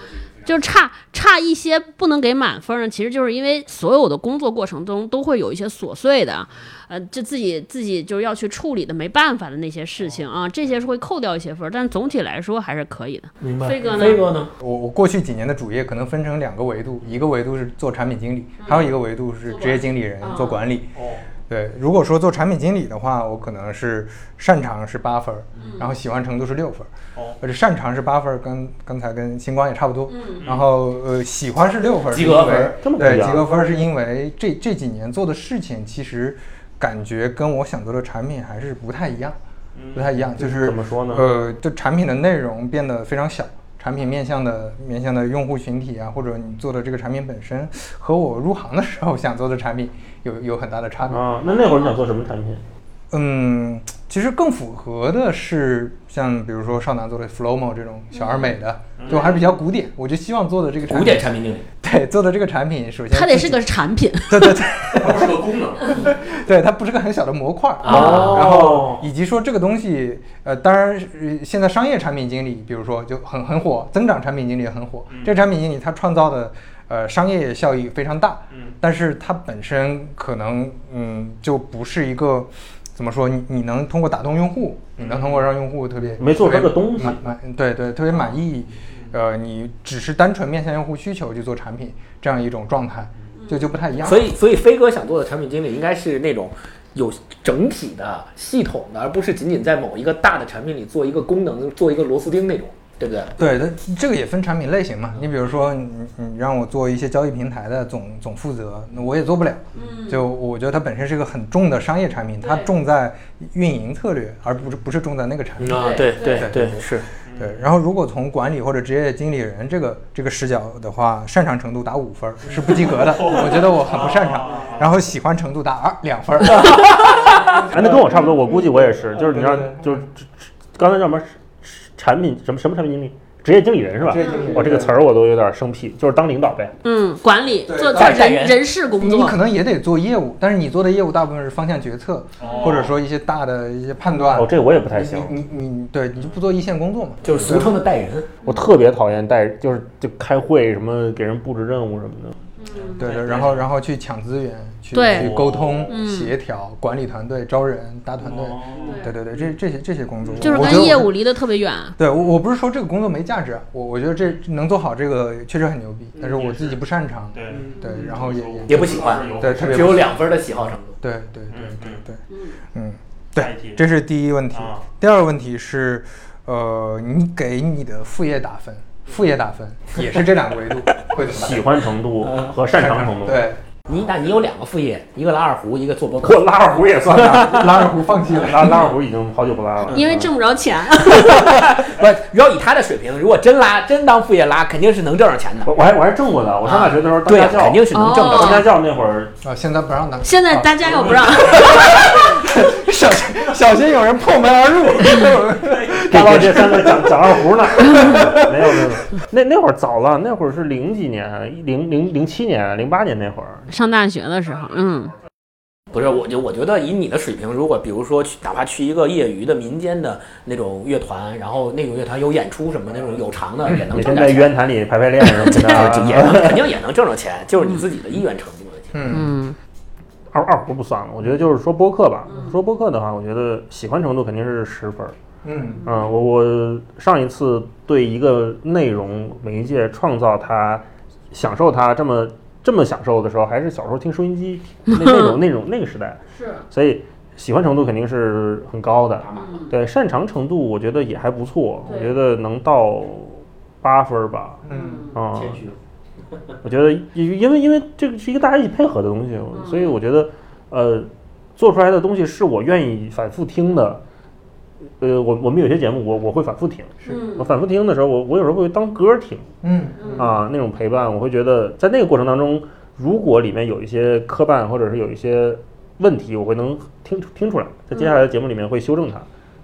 就差差一些不能给满分呢，其实就是因为所有的工作过程中都会有一些琐碎的，呃，就自己自己就是要去处理的，没办法的那些事情啊，这些是会扣掉一些分儿，但总体来说还是可以的。
明
白飞哥呢
飞哥呢？
我我过去几年的主业可能分成两个维度，一个维度是做产品经理，还有一个维度是职业经理人
做
做管
管理
理。
哦
对，如果说做产品经理的话，我可能是擅长是八分儿，然后喜欢程度是六分儿
哦，
而且擅长是八分儿，跟刚才跟星光也差不多。
嗯
然后呃，喜欢是六分儿，
及格分儿
是因为
这么不一
对，
样
及格分儿是因为这这几年做的事情其实感觉跟我想做的产品还是不太一样，不太一样，就是
嗯怎么说呢
呃，就产品的内容变得非常小，产品面向的面向的用户群体啊，或者你做的这个产品本身和我入行的时候想做的产品有 有很大的差别。
啊，那那会儿你想做什么产品？
嗯，其实更符合的是像比如说少男做的 Flowmo 这种小而美的，就还是比较古典。我就希望做的这个产品
嗯古典产品经理，
对做的这个产品，首先
它得
自
是
己
个产品，
对对对，
不是个功能。
对它不是个很小的模块儿
哦
然后以及说这个东西，呃，当然呃现在商业产品经理，比如说就很很火，增长产品经理也很火。
嗯
这产品经理他创造的呃商业效益非常大，
嗯
但是它本身可能嗯就不是一个。怎么说？你你能通过打动用户，你能通过让用户特别
没做
特别
出个东西嗯
满满对对特别满意，呃，你只是单纯面向用户需求去做产品这样一种状态，
嗯
就就不太一样。
所以，所以飞哥想做的产品经理应该是那种有整体的、系统的，而不是仅仅在某一个大的产品里做一个功能、做一个螺丝钉那种，对不对？
对，它这个也分产品类型嘛。你比如说，你你让我做一些交易平台的总总负责，那我也做不了。嗯，就我觉得它本身是个很重的商业产品，它重在运营策略，而不是不是重在那个产品。
啊，对对对，是
对，然后如果从管理或者职业经理人这个这个视角的话，擅长程度打五分儿是不及格的，我觉得我很不擅长。然后喜欢程度打二两分儿。
哎，那跟我差不多，我估计我也是，就是你知道
对对，
就是刚才叫什么产品什么什么产品经理，职业经理人是吧？我这个词
儿，
儿我都有点生僻，就是当领导呗。
嗯，管理
对
做做
带
带
人
人
人事工
你
作
可，能也得做业务，但是你做的业务大部分是方向决策，或者说一些大的一些判断
哦，。这我也不太
啊你
行，
你你你对，你就不做一线工作嘛？
就是俗称的带人。
我特别讨厌带，就是就开会什么给人布置任务什么的。
对
对
对，然后然后去抢资源，去
对
去沟通、
嗯
协调、管理团队、招人、搭团
哦
队，对对对，这这些这些工作，
就是
我觉得
跟
我嗯
业务。离得特别远。
对我我不是说这个工作没价值啊，我我觉得这能做好这个确实很牛逼，但是我自己不擅长，
嗯对嗯
对，然后也
也不喜欢
对特别
只有两分的喜好程度。
对对对
嗯
对
嗯
对，
嗯，
嗯，
下一
对
题，
这是第一问题
啊。
第二个问题是，呃，你给你的副业打分，副业打分也是这两个维度，会怎么打
喜欢程度和擅长程度，，
对，
你那你有两个副业，一个拉二胡，一个做播
我
客。
拉二胡也算吧，
拉二胡放弃了。
拉拉二胡已经好久不拉了，
因为挣不着钱。
嗯
不，要以他的水平，如果真拉真当副业拉，肯定是能挣上钱的。
我我还我还挣过呢，我上大学的时候当
对
家
啊，
教，
肯定是能挣
哦
着。
当家教那会儿
啊，现在不让打。
现在大家又不让，
嗯小心小心有人破门而入。
给给这三个讲讲二胡呢， 没有没有，那那会儿早了，那会儿是零几年，零零零七年、零八年那会儿，
上大学的时候，嗯，
不是，我就我觉得以你的水平，如果比如说去，哪怕去一个业余的民间的那种乐团，然后那种乐团有演出什么那种有偿的，也能
每天
挣
在
点钱。
渊坛里排排练什么
就是嗯也
的。
能肯定也能挣着钱，就是你自己的意愿程度的问题。
嗯，
嗯，
二二胡不算了，我觉得就是说播客吧。说播客的话，我觉得喜欢程度肯定是十分儿。
嗯
嗯，我我上一次对一个内容媒介创造它、享受它这么这么享受的时候，还是小时候听收音机那那 种那种那个时代。
是，
所以喜欢程度肯定是很高的。
嗯
对，擅长程度我觉得也还不错，
对
我觉得能到八分儿吧。
嗯，
啊、
谦虚，
我觉得因因为因为这个是一个大家一起配合的东西，
嗯
所以我觉得呃，做出来的东西是我愿意反复听的。呃，我我们有些节目我我会反复听，我
嗯
反复听的时候，我我有时候会当歌儿听
嗯
啊，那种陪伴，我会觉得在那个过程当中，如果里面有一些磕绊或者是有一些问题，我会能听听出来，在接下来的节目里面会修正它。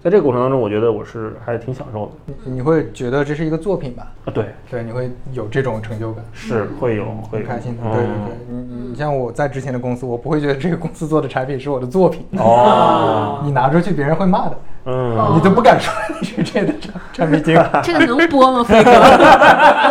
在这个过程当中，我觉得我是还挺享受的。
你你会觉得这是一个作品吧？
啊，对，
对，你会有这种成就感，
是会有会
很
有
开心的。
嗯
对对对，你你像我在之前的公司，我不会觉得这个公司做的产品是我的作品，
哦，
你拿出去别人会骂的，
嗯，
你都不敢说你是这的产产 品经理。
这个能播吗？飞哥，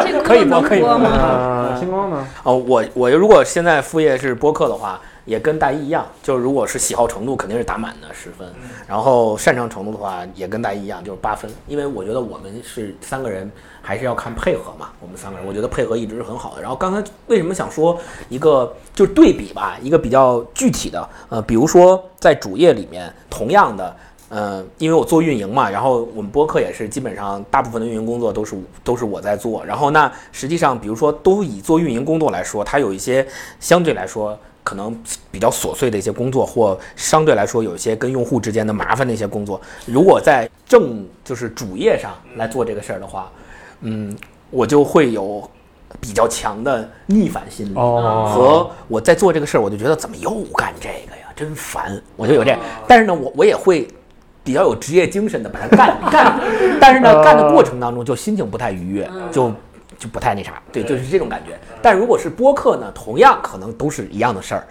这个
可以播
能
可以播
播吗？
啊，星光呢？
哦，我我如果现在副业是播客的话，也跟大一一样，就是如果是喜好程度肯定是打满的十分，然后擅长程度的话也跟大一一样，就是八分。因为我觉得我们是三个人，还是要看配合嘛。我们三个人，我觉得配合一直是很好的。然后刚才为什么想说一个就是对比吧，一个比较具体的，呃，比如说在主业里面，同样的。呃，因为我做运营嘛，然后我们播客也是基本上大部分的运营工作都是都是我在做。然后那实际上，比如说都以做运营工作来说，它有一些相对来说可能比较琐碎的一些工作，或相对来说有一些跟用户之间的麻烦的一些工作。如果在正就是主业上来做这个事儿的话，嗯，我就会有比较强的逆反心理。
哦
和我在做这个事儿，我就觉得怎么又干这个呀， 真烦，我就有这。但是呢，我我也会比较有职业精神的把它干干，但是呢，干的过程当中就心情不太愉悦，就就不太那啥，对，就是这种感觉。但如果是播客呢，同样可能都是一样的事儿，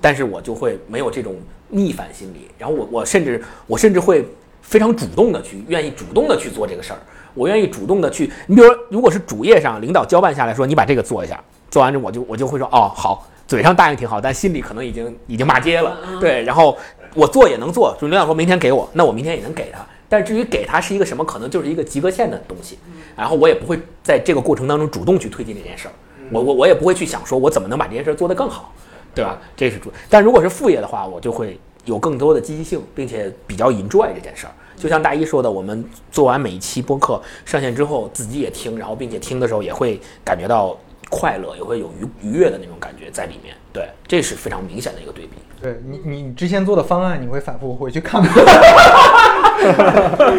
但是我就会没有这种逆反心理，然后我我甚至我甚至会非常主动的去，愿意主动的去做这个事儿，我愿意主动的去。你比如说，如果是主业上领导交办下来说你把这个做一下，做完之后我就我就会说哦好，嘴上答应挺好，但心里可能已经已经骂街了，对，然后我做也能做，就领导说明天给我，那我明天也能给他。但至于给他是一个什么，可能就是一个及格线的东西，然后我也不会在这个过程当中主动去推进这件事儿，我我我也不会去想说我怎么能把这件事儿做得更好，对吧？这是主。但如果是副业的话，我就会有更多的积极性，并且比较 enjoy 这件事儿。就像大一说的，我们做完每一期播客上线之后，自己也听，然后并且听的时候也会感觉到快乐，也会有愉愉悦的那种感觉在里面。对，这是非常明显的一个对比。
对你你你之前做的方案，你会反复回去 看吗？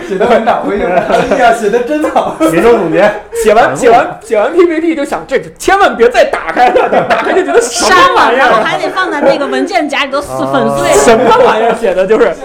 写的很好，回去看。哎呀，写的真好。
年终总结，
写
完写完
写完 PPT 就想，这千万别再打开了，打开就觉得什
删了，然 后还得放在那个文件夹里都撕粉碎。
什么玩意儿写的，就是，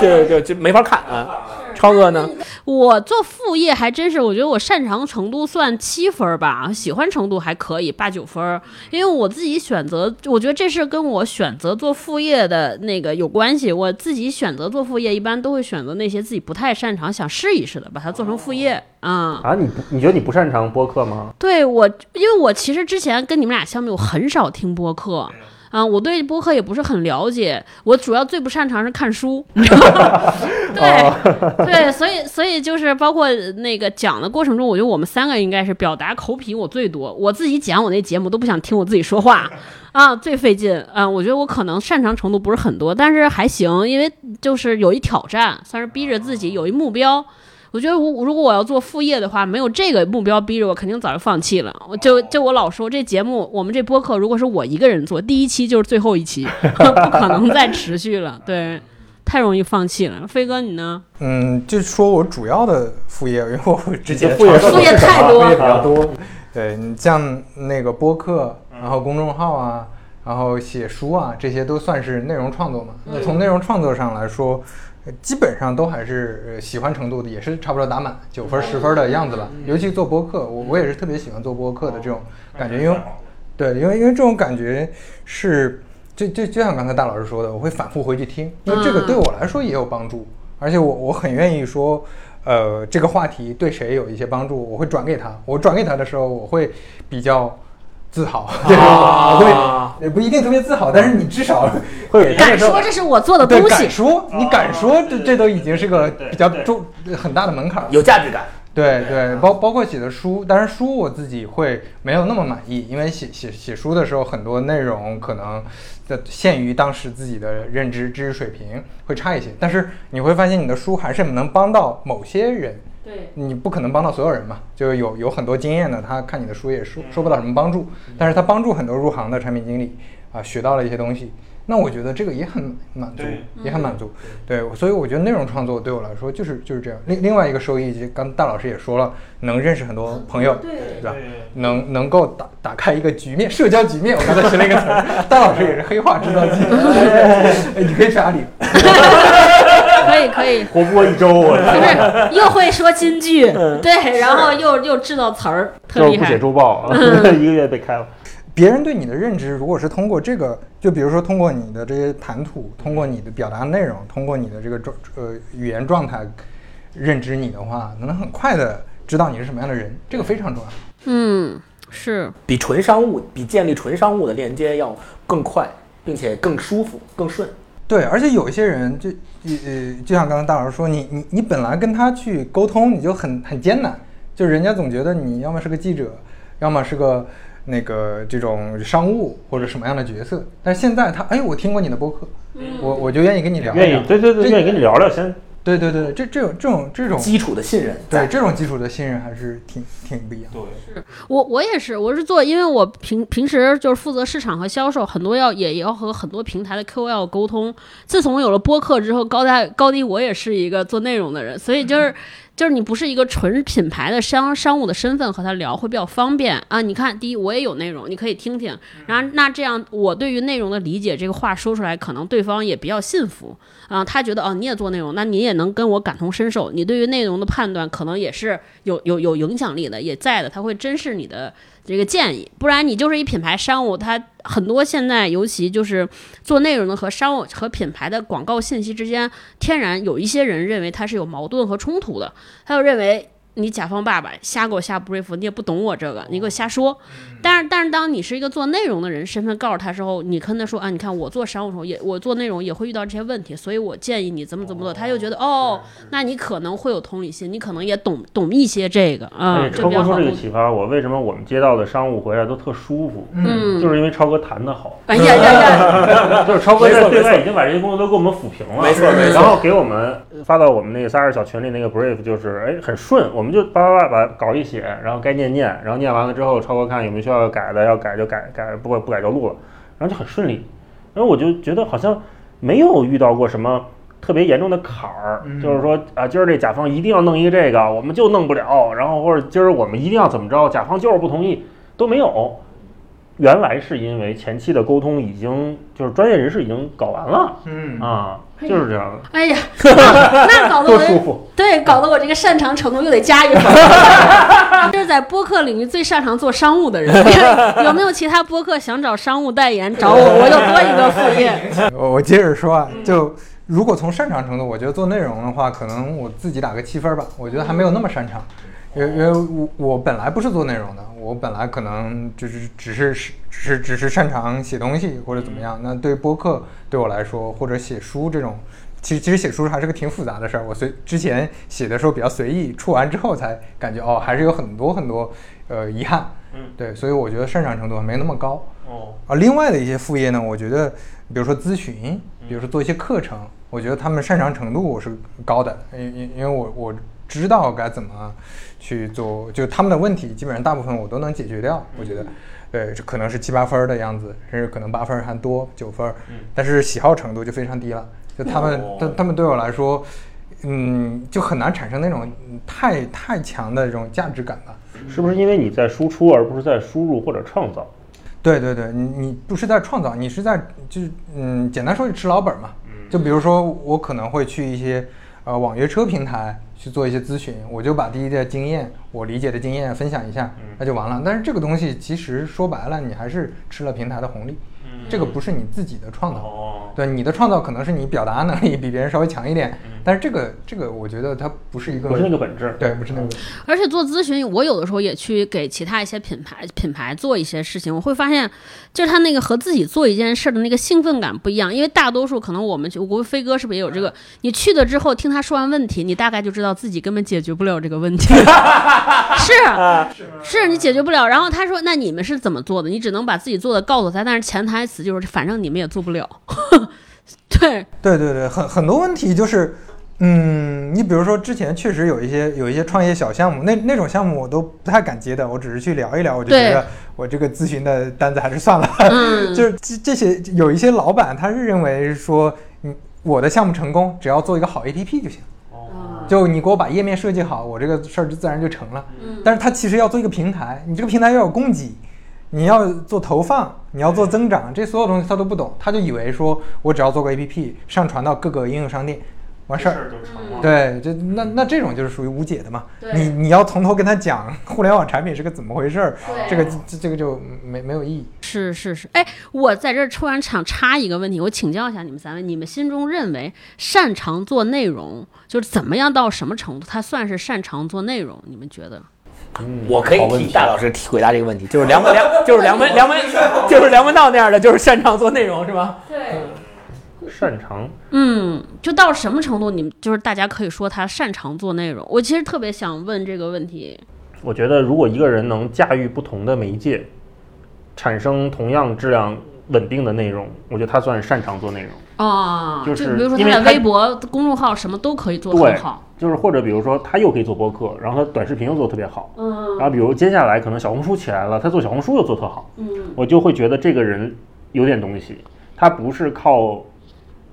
就就就没法看啊。超哥呢？
我做副业还真是，我觉得我擅长程度算七分儿吧，喜欢程度还可以八九分儿，因为我自己选择，我觉得这是跟我选择做副业的那个有关系。我自己选择做副业，一般都会选择那些自己不太擅长、想试一试的，把它做成副业啊、
啊，你不你觉得你不擅长播客吗？
对我，因为我其实之前跟你们俩相比，我很少听播客。啊，我对播客也不是很了解，我主要最不擅长是看书， 你知道吗？对 对，所以所以就是包括那个讲的过程中，我觉得我们三个应该是表达口品我最多，我自己讲我那节目都不想听我自己说话啊，最费劲啊，我觉得我可能擅长程度不是很多，但是还行，因为就是有一挑战，算是逼着自己有一目标。我觉得我如果我要做副业的话，没有这个目标逼着我，肯定早就放弃了。我就就我老说这节目，我们这播客如果是我一个人做，第一期就是最后一期， 不可能再持续了。对，太容易放弃了。飞哥，你呢？
嗯，就说我主要的副业， 因为我之
你的
前
副业
尝试
副业太多
了
比较多，
对你像那个播客，然后公众号啊，然后写书啊，这些都算是内容创作嘛。那从内容创作上来说，呃基本上都还是呃喜欢程度的，也是差不多打满九分十分的样子吧。尤其做播客，我我也是特别喜欢做播客的这种感觉，因为对，因为因为这种感觉是。就就就像刚才大老师说的，我会反复回去听，因为这个对我来说也有帮助，而且我我很愿意说，呃，这个话题对谁有一些帮助，我会转给他。我转给他的时候，我会比较自豪， 对吧？我会也不一定特别自豪，但是你至少
啊 会有一哦
敢说这是我做的
对
东西
敢，说，你敢说，这这都已经是个
对
比较
对
重很大的门槛了。
有价值感，
对对，包包括写的书，当然书我自己会没有那么满意，因为写写写书的时候很多内容可能的限于当时自己的认知知识水平会差一些，但是你会发现你的书还是能帮到某些人。
对，
你不可能帮到所有人嘛，就有有很多经验的，他看你的书也说说不到什么帮助，但是他帮助很多入行的产品经理啊，学到了一些东西。那我觉得这个也很满足，也很满足。对，所以我觉得内容创作对我来说就是就是这样。另另外一个收益，就刚大老师也说了，能认识很多朋友，对吧？能能够打打开一个局面，社交局面。我刚才学了一个词儿，大老师也是黑话制造机，哎你可以去阿里。
可以可以，
活不过一周，我
不是又会说金句，对，然后又又制造词儿，
嗯
特
就是
厉
不写
害。
周报， 一个月被开了。
别人对你的认知，如果是通过这个，就比如说通过你的这些谈吐，通过你的表达内容，通过你的这个状呃语言状态认知你的话，能很快的知道你是什么样的人，这个非常重要。
嗯，是，
比纯商务，比建立纯商务的链接要更快，并且更舒服、更顺。
对，而且有一些人就呃，就像刚才大老师说，你你你本来跟他去沟通，你就很很艰难，就人家总觉得你要么是个记者，要么是个那个这种商务或者什么样的角色。但是现在他，哎，我听过你的播客，我我就愿意跟你聊一聊，
愿意，对对对，
这
愿意跟你聊聊，先
对对对，这这种这种这
嗯
种
基础的信任在，
对这种基础的信任还是挺挺不一样的。
我我也是，我是做，因为我平平时就是负责市场和销售，很多要也也要和很多平台的 QL 沟通。自从有了播客之后，高大高低我也是一个做内容的人，所以就是。就是你不是一个纯品牌的商商务的身份和他聊会比较方便啊。你看，第一我也有内容，你可以听听，然后那这样我对于内容的理解，这个话说出来，可能对方也比较信服啊。他觉得哦你也做内容，那你也能跟我感同身受，你对于内容的判断可能也是有有有影响力的，也在的，他会珍视你的这个建议，不然你就是一品牌商务，它很多现在尤其就是做内容的和商务和品牌的广告信息之间，天然有一些人认为它是有矛盾和冲突的，他就认为。你甲方爸爸瞎给我下 brief，你也不懂我这个，你给我瞎说。但是，但是当你是一个做内容的人身份告诉他时候，你跟他说啊，你看我做商务时候也我做内容也会遇到这些问题，所以我建议你怎么怎么做，他就觉得哦，那你可能会有同理心，你可能也懂懂一些这个啊
哎，
这
超
比
哥
较好
说这
沟
个
通。
启发我，为什么我们接到的商务回来都特舒服？
嗯，
就是因为超哥谈得 好，
哎呀呀呀！
就是超哥
没
在
错
对外
没错
已经把这些工作都给我们抚平了，
没错没错
然后给我们发到我们那个仨人小群里那个 brief，就是哎很顺，我们就叭叭叭把稿一写，然后该念念，然后念完了之后，超哥看有没有需要改的，要改就改，改不不改就录了，然后就很顺利。然后我就觉得好像没有遇到过什么。特别严重的坎儿，就是说啊，今儿这甲方一定要弄一个这个，我们就弄不了，然后或者今儿我们一定要怎么着，甲方就是不同意，都没有。原来是因为前期的沟通已经就是专业人士已经搞完了
嗯
啊，就是这样的，
哎呀，那搞得
多舒
我
服。
对，搞得我这个擅长程度又得 加一分。这是在播客领域最擅长做商务的人，有没有其他播客想找商务代言找我，我就多一个副业。
我我接着说啊，就如果从擅长程度，我觉得做内容的话，可能我自己打个七分儿吧，我觉得还没有那么擅长，因为因为我我本来不是做内容的，我本来可能就是只是只是只是擅长写东西或者怎么样。那对于播客对我来说，或者写书这种。其实，其实写书还是个挺复杂的事儿。我随之前写的时候比较随意，出完之后才感觉哦，还是有很多很多呃遗憾。
嗯
对，所以我觉得擅长程度还没那么高。
哦，
啊，另外的一些副业呢，我觉得，比如说咨询，比如说做一些课程，我觉得他们擅长程度我是高的，因因因为我我知道该怎么去做，就他们的问题基本上大部分我都能解决掉，我觉得，对，这可能是七八分儿的样子，甚至可能八分儿还多九分儿，但是喜好程度就非常低了，就他们他他们对我来说。嗯，就很难产生那种太太强的这种价值感吧。
是不是因为你在输出而不是在输入或者创造？
对对对，你你不是在创造，你是在就是嗯，简单说是吃老本嘛。就比如说我可能会去一些呃网约车平台去做一些咨询，我就把第一的经验，我理解的经验分享一下，那就完了。但是这个东西其实说白了，你还是吃了平台的红利，这个不是你自己的创造。
哦，
对你的创造可能是你表达能力比别人稍微强一点，但是这个这个我觉得它不是一个
不是那个本质。
对，不是那个
而且做咨询，我有的时候也去给其他一些品牌品牌做一些事情，我会发现，就是他那个和自己做一件事的那个兴奋感不一样。因为大多数可能我们去，我估计飞哥是不是也有这个？你去了之后，听他说完问题，你大概就知道自己根本解决不了这个问题。是是，你解决不了。然后他说：“那你们是怎么做的？”你只能把自己做的告诉他，但是潜台词就是，反正你们也做不了。 对，
对对对，很很多问题就是，嗯，你比如说之前确实有一些有一些创业小项目，那那种项目我都不太敢接的，我只是去聊一聊，我就觉
对
得我这个咨询的单子还是算了。
嗯，
就是这这些有一些老板他是认为说，嗯，我的项目成功，只要做一个好 APP 就行。
哦
就你给我把页面设计好，我这个事儿就自然就成了。但是它其实要做一个平台，你这个平台要有供给，你要做投放，你要做增
嗯
长，这所有东西他都不懂，他就以为说我只要做个 APP 上传到各个应用商店，完事儿。
就成了。
对，这那那这种就是属于无解的嘛。
对
你你要从头跟他讲 互联网产品是个怎么回事儿，
对
这个这这个就没没有意义。
是是是，哎，我在这儿突然想插一个问题，我请教一下你们三位，你们心中认为擅长做内容，就是怎么样到什么程度，他算是擅长做内容？你们觉得？
我可以
好问
替
题
大老师替回答这个问题，就是梁 文梁，就是梁 文梁文，就是梁文道那样的，就是擅长做内容是吧？
擅长
嗯，就到什么程度，你们就是大家可以说他擅长做内容。我其实特别想问这个问题，
我觉得如果一个人能驾驭不同的媒介，产生同样质量稳定的内容，我觉得他算擅长做内容。
啊，
就
比
是
如说
因
他
为
在
他
微博、公众号什么都可以做得
对
很好，，
就是或者比如说他又可以做播客，然后他短视频又做得特别好，
嗯
然后比如接下来可能小红书起来了，他做小红书又做特好，
嗯，
我就会觉得这个人有点东西，他不是靠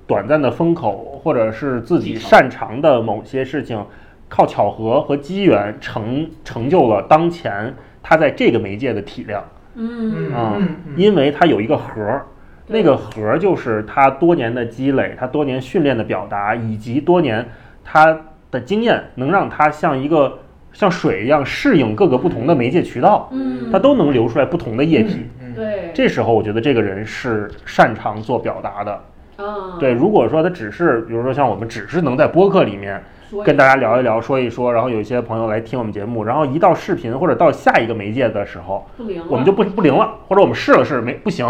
短暂的风口或者是自己擅长的某些事情，靠巧合和机缘成成就了当前他在这个媒介的体量。
嗯
啊，因为它有一个核儿，那个核儿就是他多年的积累，他多年训练的表达，以及多年他的经验，能让他像一个像水一样适应各个不同的媒介渠道，
嗯
它都能流出来不同的液体。
对，
这时候，我觉得这个人是擅长做表达的。
嗯，
对，如果说他只是，比如说像我们只是能在播客里面
说一
跟大家聊一聊、说一说，然后有一些朋友来听我们节目，然后一到视频或者到下一个媒介的时候，
不灵了，
我们就不不灵了，或者我们试了试没不行，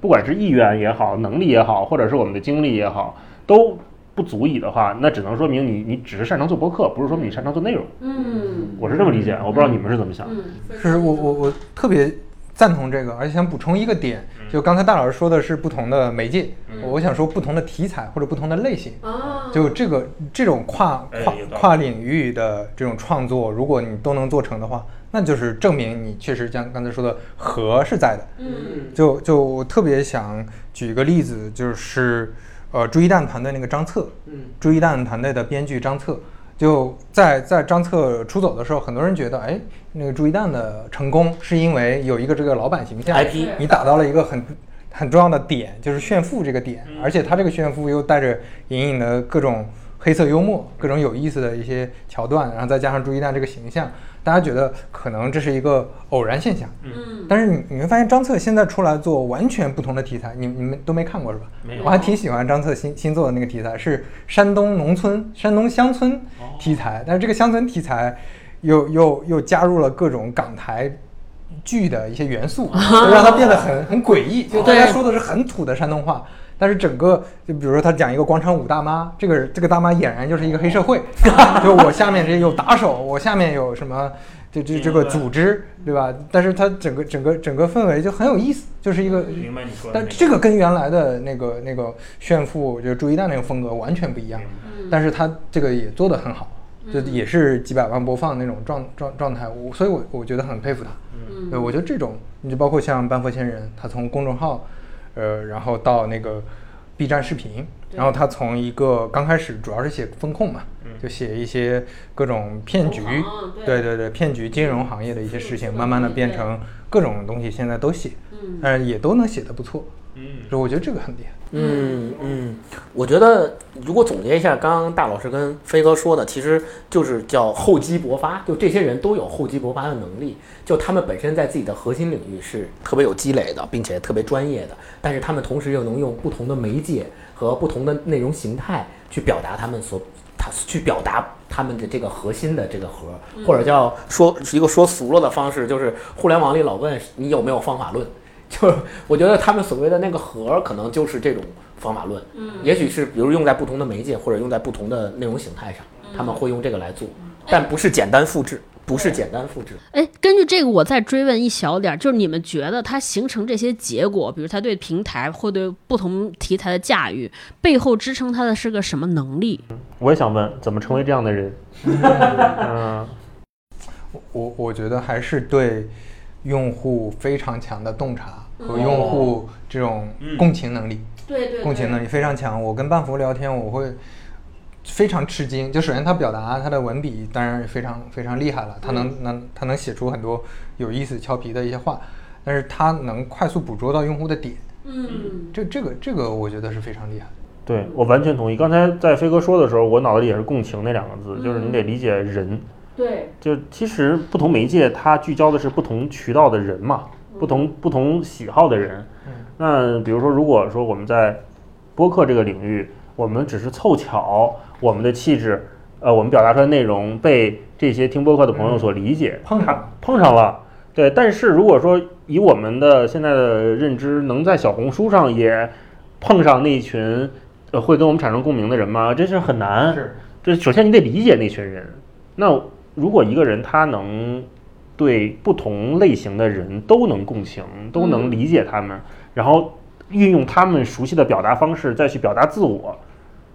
不管是意愿也好，能力也好，或者是我们的精力也好，都不足以的话，那只能说明你你只是擅长做播客，不是说明你擅长做内容。
嗯
我是这么理解，我不知道你们是怎么想。
嗯，
是我我我特别赞同这个，而且想补充一个点，
嗯
就刚才大老师说的是不同的媒介，我想说不同的题材或者不同的类型，
啊，
就这个这种跨
哎
跨
有道理
跨领域的这种创作，如果你都能做成的话，那就是证明你确实像刚才说的和是在的。
嗯
就就我特别想举一个例子，就是呃，朱一蛋团队那个张策，
嗯，
朱一蛋团队的编剧张策，就在在张策出走的时候，很多人觉得，哎，那个朱一旦的成功是因为有一个这个老板形象
IP
你打到了一个很很重要的点，就是炫富这个点，而且他这个炫富又带着隐隐的各种黑色幽默、各种有意思的一些桥段，然后再加上朱一旦这个形象，大家觉得可能这是一个偶然现象。
嗯，
但是你你会发现张策现在出来做完全不同的题材，你你们都没看过是吧？
没有
我还挺喜欢张策新新做的那个题材，是山东农村、山东乡村
哦
题材，但是这个乡村题材又又又加入了各种港台剧的一些元素，就让它变得很很诡异。就大家
啊对
说的是很土的山东话。但是整个就比如说他讲一个广场舞大妈，这个这个大妈俨然就是一个黑社 会，就我下面这有打手，我下面有什么这这这个组织，对吧？但是它整个整个整个氛围就很有意思，就是一个
明白你说的那
但
个
这个跟原来的那个那个炫富，就是朱一蛋那个风格完全不一样，
嗯
嗯
但是他这个也做得很好，就也是几百万播放那种状状状态，我所以我我觉得很佩服他。
嗯
对，我觉得这种，你就包括像班佛仙人，他从公众号，呃，然后到那个 B 站视频，然后他从一个刚开始主要是写风控嘛，
嗯
就写一些各种骗局
投行，对
对对对，骗局金融行业的一
嗯
些事情，慢慢的变
对
成各种东西，现在都写，
嗯
但是也都能写得不错，
嗯，
所以我觉得这个很厉害。
嗯嗯，我觉得如果总结一下刚刚大老师跟飞哥说的，其实就是叫厚积薄发，就这些人都有厚积薄发的能力，就他们本身在自己的核心领域是特别有积累的，并且特别专业的，但是他们同时又能用不同的媒介和不同的内容形态去表达他们所他去表达他们的这个核心的这个核，或者叫说是一个说俗了的方式，就是互联网里老问你有没有方法论， 就是我觉得他们所谓的那个核，可能就是这种方法论，嗯，也许是比如用在不同的媒介或者用在不同的内容形态上，他们会用这个来做，但不是简单复制，不是简单复制。
哎，根据这个，我再追问一小点儿，就是你们觉得它形成这些结果，比如它对平台或对不同题材的驾驭，背后支撑它的是个什么能力？
我也想问，怎么成为这样的 人？嗯，
我我我觉得还是对用户非常强的洞察和用户这种共情能力。
嗯对对
共情能力非常强。我跟半福聊天，我会非常吃惊。就首先他表达他的文笔当然非常非常厉害了，他能能他能写出很多有意思、俏皮的一些话，但是他能快速捕捉到用户的点，
嗯
这这个这个我觉得是非常厉害的。
对
嗯
我完全同意。刚才在飞哥说的时候，我脑子里也是“共情”那两个
嗯
字，就是你得理解人。
对，
就其实不同媒介它聚焦的是不同渠道的人嘛，
嗯
不同不同喜好的人。那比如说，如果说我们在播客这个领域，我们只是凑巧我们的气质，呃，我们表达出来的内容被这些听播客的朋友所理解，
嗯碰上了
碰上了。对，但是如果说以我们的现在的认知，能在小红书上也碰上那一群呃会跟我们产生共鸣的人吗？这是很难。
是，
这首先你得理解那群人。那如果一个人他能对不同类型的人都能共情，都能理解他们，然后运用他们熟悉的表达方式再去表达自我，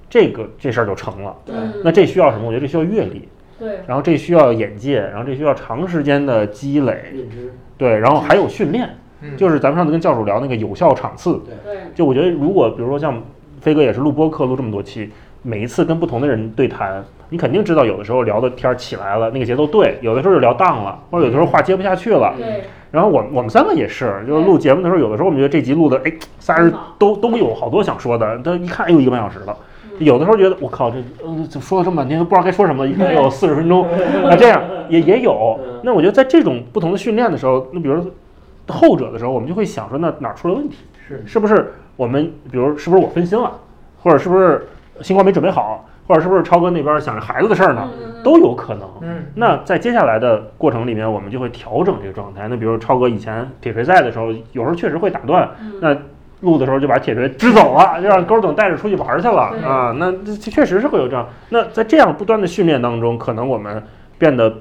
这个这事儿就成了。
对
那这需要什么？我觉得这需要阅历，
对
然后这需要眼界，然后这需要长时间的积累，
认知，
对，然后还有训练，
嗯
就是咱们上次跟教主聊那个有效场次，
对
就我觉得，如果比如说像飞哥也是录播课录这么多期，每一次跟不同的人对谈，你肯定知道有的时候聊的天儿起来了，那个节奏对；有的时候就聊荡了，或者有的时候话接不下去了。
对
然后我我们三个也是，就是录节目的时候，有的时候我们觉得这集录的，哎，仨人都都有好多想说的，但一看哎呦一个半小时了。有的时候觉得我靠，这呃这说了这么半天都不知道该说什么了，一看哎呦四十分钟，啊这样也也有。那我觉得在这种不同的训练的时候，那比如说后者的时候，我们就会想说那哪儿出了问题？
是
是不是我们比如是不是我分心了，或者是不是呃星光没准备好，或者是不是超哥那边想着孩子的事儿呢？都有可能。
嗯，
那在接下来的过程里面，我们就会调整这个状态。那比如超哥以前铁锤赛的时候，有时候确实会打断，
嗯
那录的时候就把铁锤支走了，就让勾儿总带着出去玩去了
对
啊。那这确实是会有这样。那在这样不断的训练当中，可能我们变得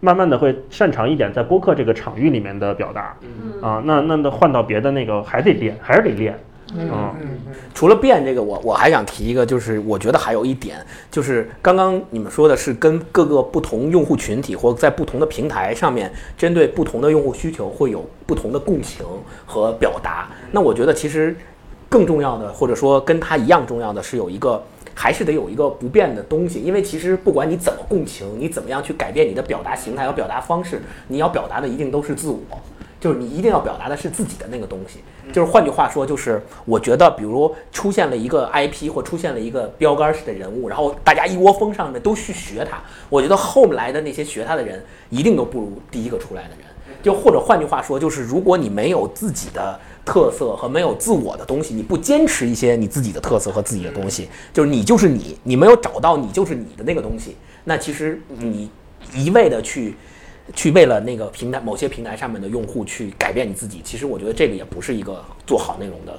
慢慢的会擅长一点在播客这个场域里面的表达
嗯
嗯
啊。那那那换到别的那个还得练，还是得练。嗯
除了变这个，我我还想提一个，就是我觉得还有一点，就是刚刚你们说的是跟各个不同用户群体或在不同的平台上面，针对不同的用户需求会有不同的共情和表达。那我觉得其实更重要的，或者说跟它一样重要的是有一个还是得有一个不变的东西，因为其实不管你怎么共情，你怎么样去改变你的表达形态和表达方式，你要表达的一定都是自我，就是你一定要表达的是自己的那个东西。就是换句话说，就是我觉得，比如出现了一个 IP 或出现了一个标杆式的人物，然后大家一窝蜂上面都去学他，我觉得后来的那些学他的人，一定都不如第一个出来的人。就或者换句话说，就是如果你没有自己的特色和没有自我的东西，你不坚持一些你自己的特色和自己的东西，就是你就是你，你没有找到你就是你的那个东西，那其实你一味的去去为了那个平台某些平台上面的用户去改变你自己，其实我觉得这个也不是一个做好内容的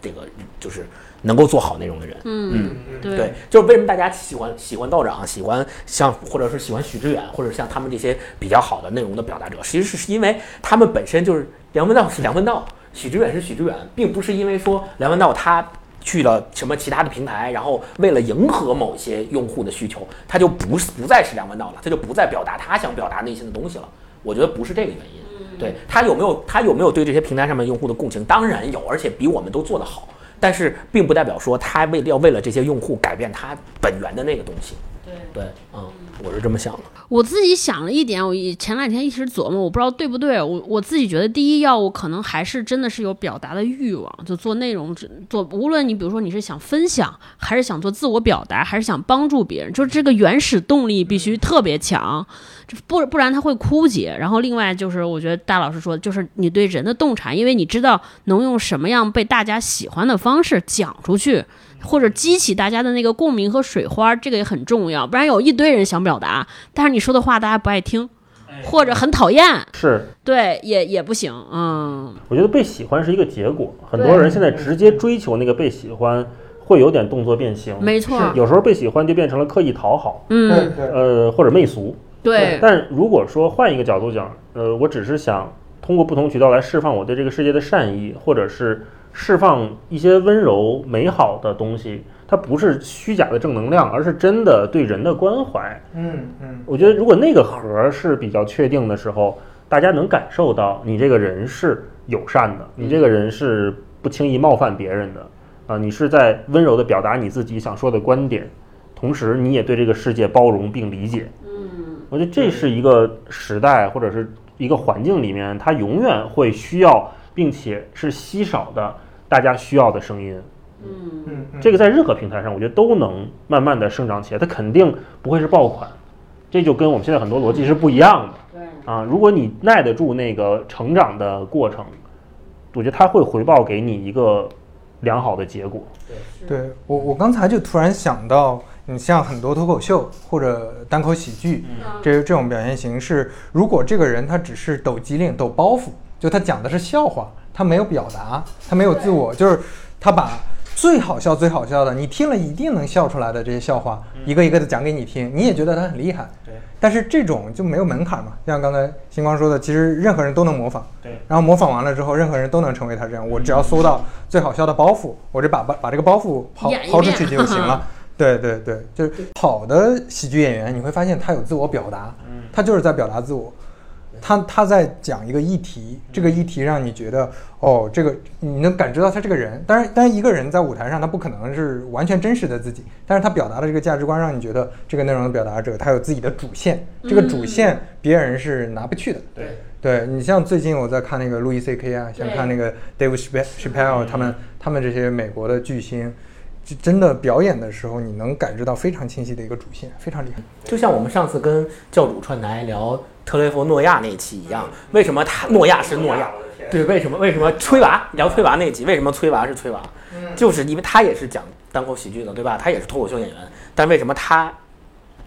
这个就是能够做好内容的人。
嗯，
对，，就是为什么大家喜欢喜欢道长，喜欢像或者是喜欢许知远，或者像他们这些比较好的内容的表达者，其实是因为他们本身就是梁文道是梁文道，许知远是许知远，并不是因为说梁文道他去了什么其他的平台，然后为了迎合某些用户的需求，他就不是不再是梁文道了，他就不再表达他想表达内心的东西了。我觉得不是这个原因。对他有没有他有没有对这些平台上面用户的共情？当然有，而且比我们都做得好。但是并不代表说他为要为了这些用户改变他本源的那个东西。
对
对，嗯，我是这么想的。
我自己想了一点，我以前两天一直琢磨，我不知道对不对。我我自己觉得，第一要务可能还是真的是有表达的欲望，就做内容，只做无论你比如说你是想分享，还是想做自我表达，还是想帮助别人，就是这个原始动力必须特别强，这不不然它会枯竭。然后另外就是，我觉得大老师说的，就是你对人的洞察，因为你知道能用什么样被大家喜欢的方式讲出去。或者激起大家的那个共鸣和水花，这个也很重要，不然有一堆人想表达，但是你说的话大家不爱听，或者很讨厌，
是，
对，也也不行，嗯，
我觉得被喜欢是一个结果，很
对
多人现在直接追求那个被喜欢，会有点动作变形。
没错，
有时候被喜欢就变成了刻意讨好，
嗯，
呃，或者媚俗。
对，
但如果说换一个角度讲，呃，我只是想通过不同渠道来释放我对这个世界的善意，或者是释放一些温柔美好的东西，它不是虚假的正能量，而是真的对人的关怀。
嗯嗯，
我觉得如果那个核儿是比较确定的时候，大家能感受到你这个人是友善的，你这个人是不轻易冒犯别人的，啊，你是在温柔的表达你自己想说的观点，同时你也对这个世界包容并理解。嗯，我觉得这是一个时代或者是一个环境里面，它永远会需要并且是稀少的大家需要的声音。
嗯嗯
这个在任何平台上，我觉得都能慢慢的生长起来，它肯定不会是爆款，这就跟我们现在很多逻辑是不一样的。啊，如果你耐得住那个成长的过程，我觉得它会回报给你一个良好的结果。
对我，我刚才就突然想到，你像很多脱口秀或者单口喜剧，这这种表现形式，如果这个人他只是抖机灵、抖包袱，就他讲的是笑话，他没有表达，他没有自我，就是他把最好笑、最好笑的，你听了一定能笑出来的这些笑话，一个一个的讲给你听，你也觉得他很厉害。
对
但是这种就没有门槛嘛，就像刚才星光说的，其实任何人都能模仿。
对
然后模仿完了之后，任何人都能成为他这样。我只要搜到最好笑的包袱，我就把把把这个包袱抛
演一遍
抛出去就行 了。对对对，就是好的喜剧演员，你会发现他有自我表达，他就是在表达自我，他他在讲一个议题，这个议题让你觉得哦，这个你能感知到他这个人。当然，当然一个人在舞台上，他不可能是完全真实的自己，但是他表达的这个价值观，让你觉得这个内容的表达者他有自己的主线，这个主线别人是拿不去的。
对
对你像最近我在看那个路易 C K 啊，像
对
看那个 Dave Chappelle- Chappelle 他们他们这些美国的巨星，就真的表演的时候，你能感知到非常清晰的一个主线，非常厉害。
就像我们上次跟教主串台聊特雷弗诺亚那一期一样，为什么他诺亚是诺亚？对，为什么为什么崔娃聊崔娃那一集，为什么崔娃是崔娃？就是因为他也是讲单口喜剧的，对吧？他也是脱口秀演员，但为什么他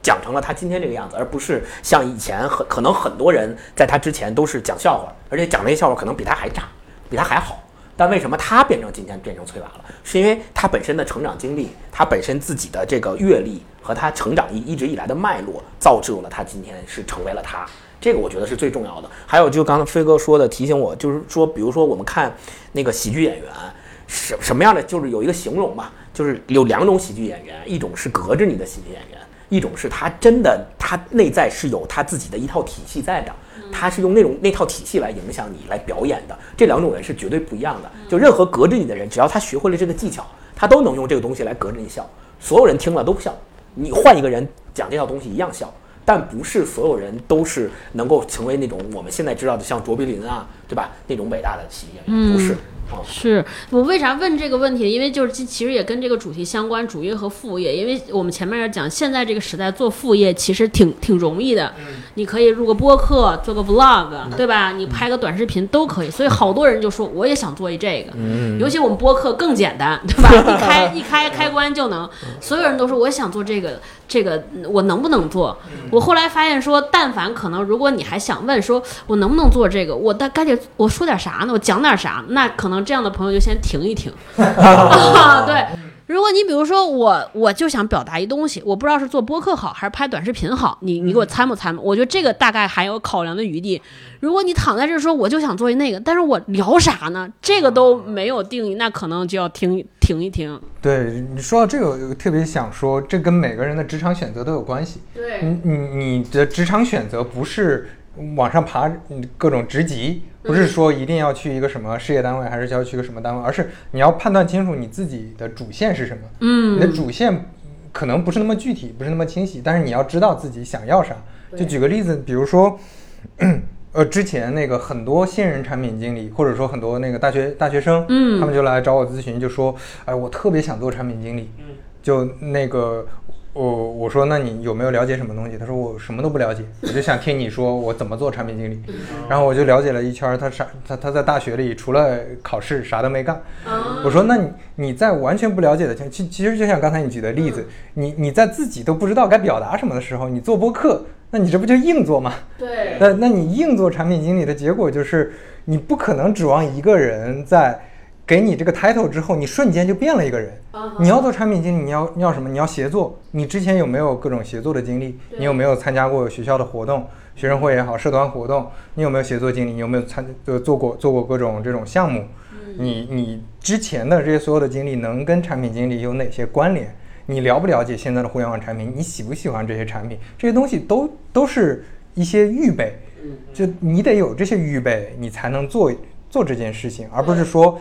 讲成了他今天这个样子，而不是像以前很可能很多人在他之前都是讲笑话，而且讲那些笑话可能比他还炸，比他还好。但为什么他变成今天变成崔娃了？是因为他本身的成长经历，他本身自己的这个阅历和他成长一一直以来的脉络，造就了他今天是成为了他。这个我觉得是最重要的。还有就刚才飞哥说的，提醒我，就是说，比如说我们看那个喜剧演员，什什么样的，就是有一个形容吧，就是有两种喜剧演员，一种是隔着你的喜剧演员，一种是他真的他内在是有他自己的一套体系在的，他是用那种那套体系来影响你来表演的。这两种人是绝对不一样的。就任何隔着你的人，只要他学会了这个技巧，他都能用这个东西来隔着你笑。所有人听了都不笑。你换一个人讲这套东西一样笑，但不是所有人都是能够成为那种我们现在知道的像卓别林啊，对吧？那种伟大的企业
嗯
家，不是。啊。
是我为啥问这个问题？因为就是其其实也跟这个主题相关，主业和副业。因为我们前面也讲，现在这个时代做副业其实挺挺容易的，你可以录个播客，做个 vlog，对吧？你拍个短视频都可以。所以好多人就说我也想做一这个，尤其我们播客更简单， 对吧？一开一开开关就能，所有人都说我也想做这个，这个我能不能做？我后来发现说，但凡可能，如果你还想问说我能不能做这个，我大该得我说点啥呢？我讲点啥？那可能这样的朋友就先停一停。 啊， 对。如果你比如说我，我就想表达一东西，我不知道是做播客好还是拍短视频好，你你给我参谋参谋，我觉得这个大概还有考量的余地。如果你躺在这儿说我就想做一那个，但是我聊啥呢？这个都没有定义，那可能就要停停一停。
对你说到这个，我特别想说，这跟每个人的职场选择都有关系。
对
你你你的职场选择不是往上爬嗯各种职级，不是说一定要去一个什么事业单位，还是要去个什么单位，而是你要判断清楚你自己的主线是什么。
嗯
你的主线可能不是那么具体，不是那么清晰，但是你要知道自己想要啥。就举个例子，比如说。 呃，之前那个很多新人产品经理，或者说很多那个大学大学生，
嗯
他们就来找我咨询，就说，哎，我特别想做产品经理，就那个我我说，那你有没有了解什么东西？他说我什么都不了解，我就想听你说我怎么做产品经理。
嗯
然后我就了解了一圈儿，他啥他他在大学里除了考试啥都没干。我说，那你你在完全不了解的情况，其其实就像刚才你举的例子，你你在自己都不知道该表达什么的时候，你做播客，那你这不就硬做吗？
对
那那你硬做产品经理的结果就是，你不可能指望一个人在给你这个 title 之后，你瞬间就变了一个人。你要做产品经理，你要你要什么？你要协作。你之前有没有各种协作的经历？你有没有参加过学校的活动，学生会也好，社团活动？你有没有协作经历？你有没有参呃做过做过各种这种项目？你你之前的这些所有的经历能跟产品经理有哪些关联？你了不了解现在的互联网产品？你喜不喜欢这些产品？这些东西都都是一些预备，就你得有这些预备，你才能做做这件事情，而不是说，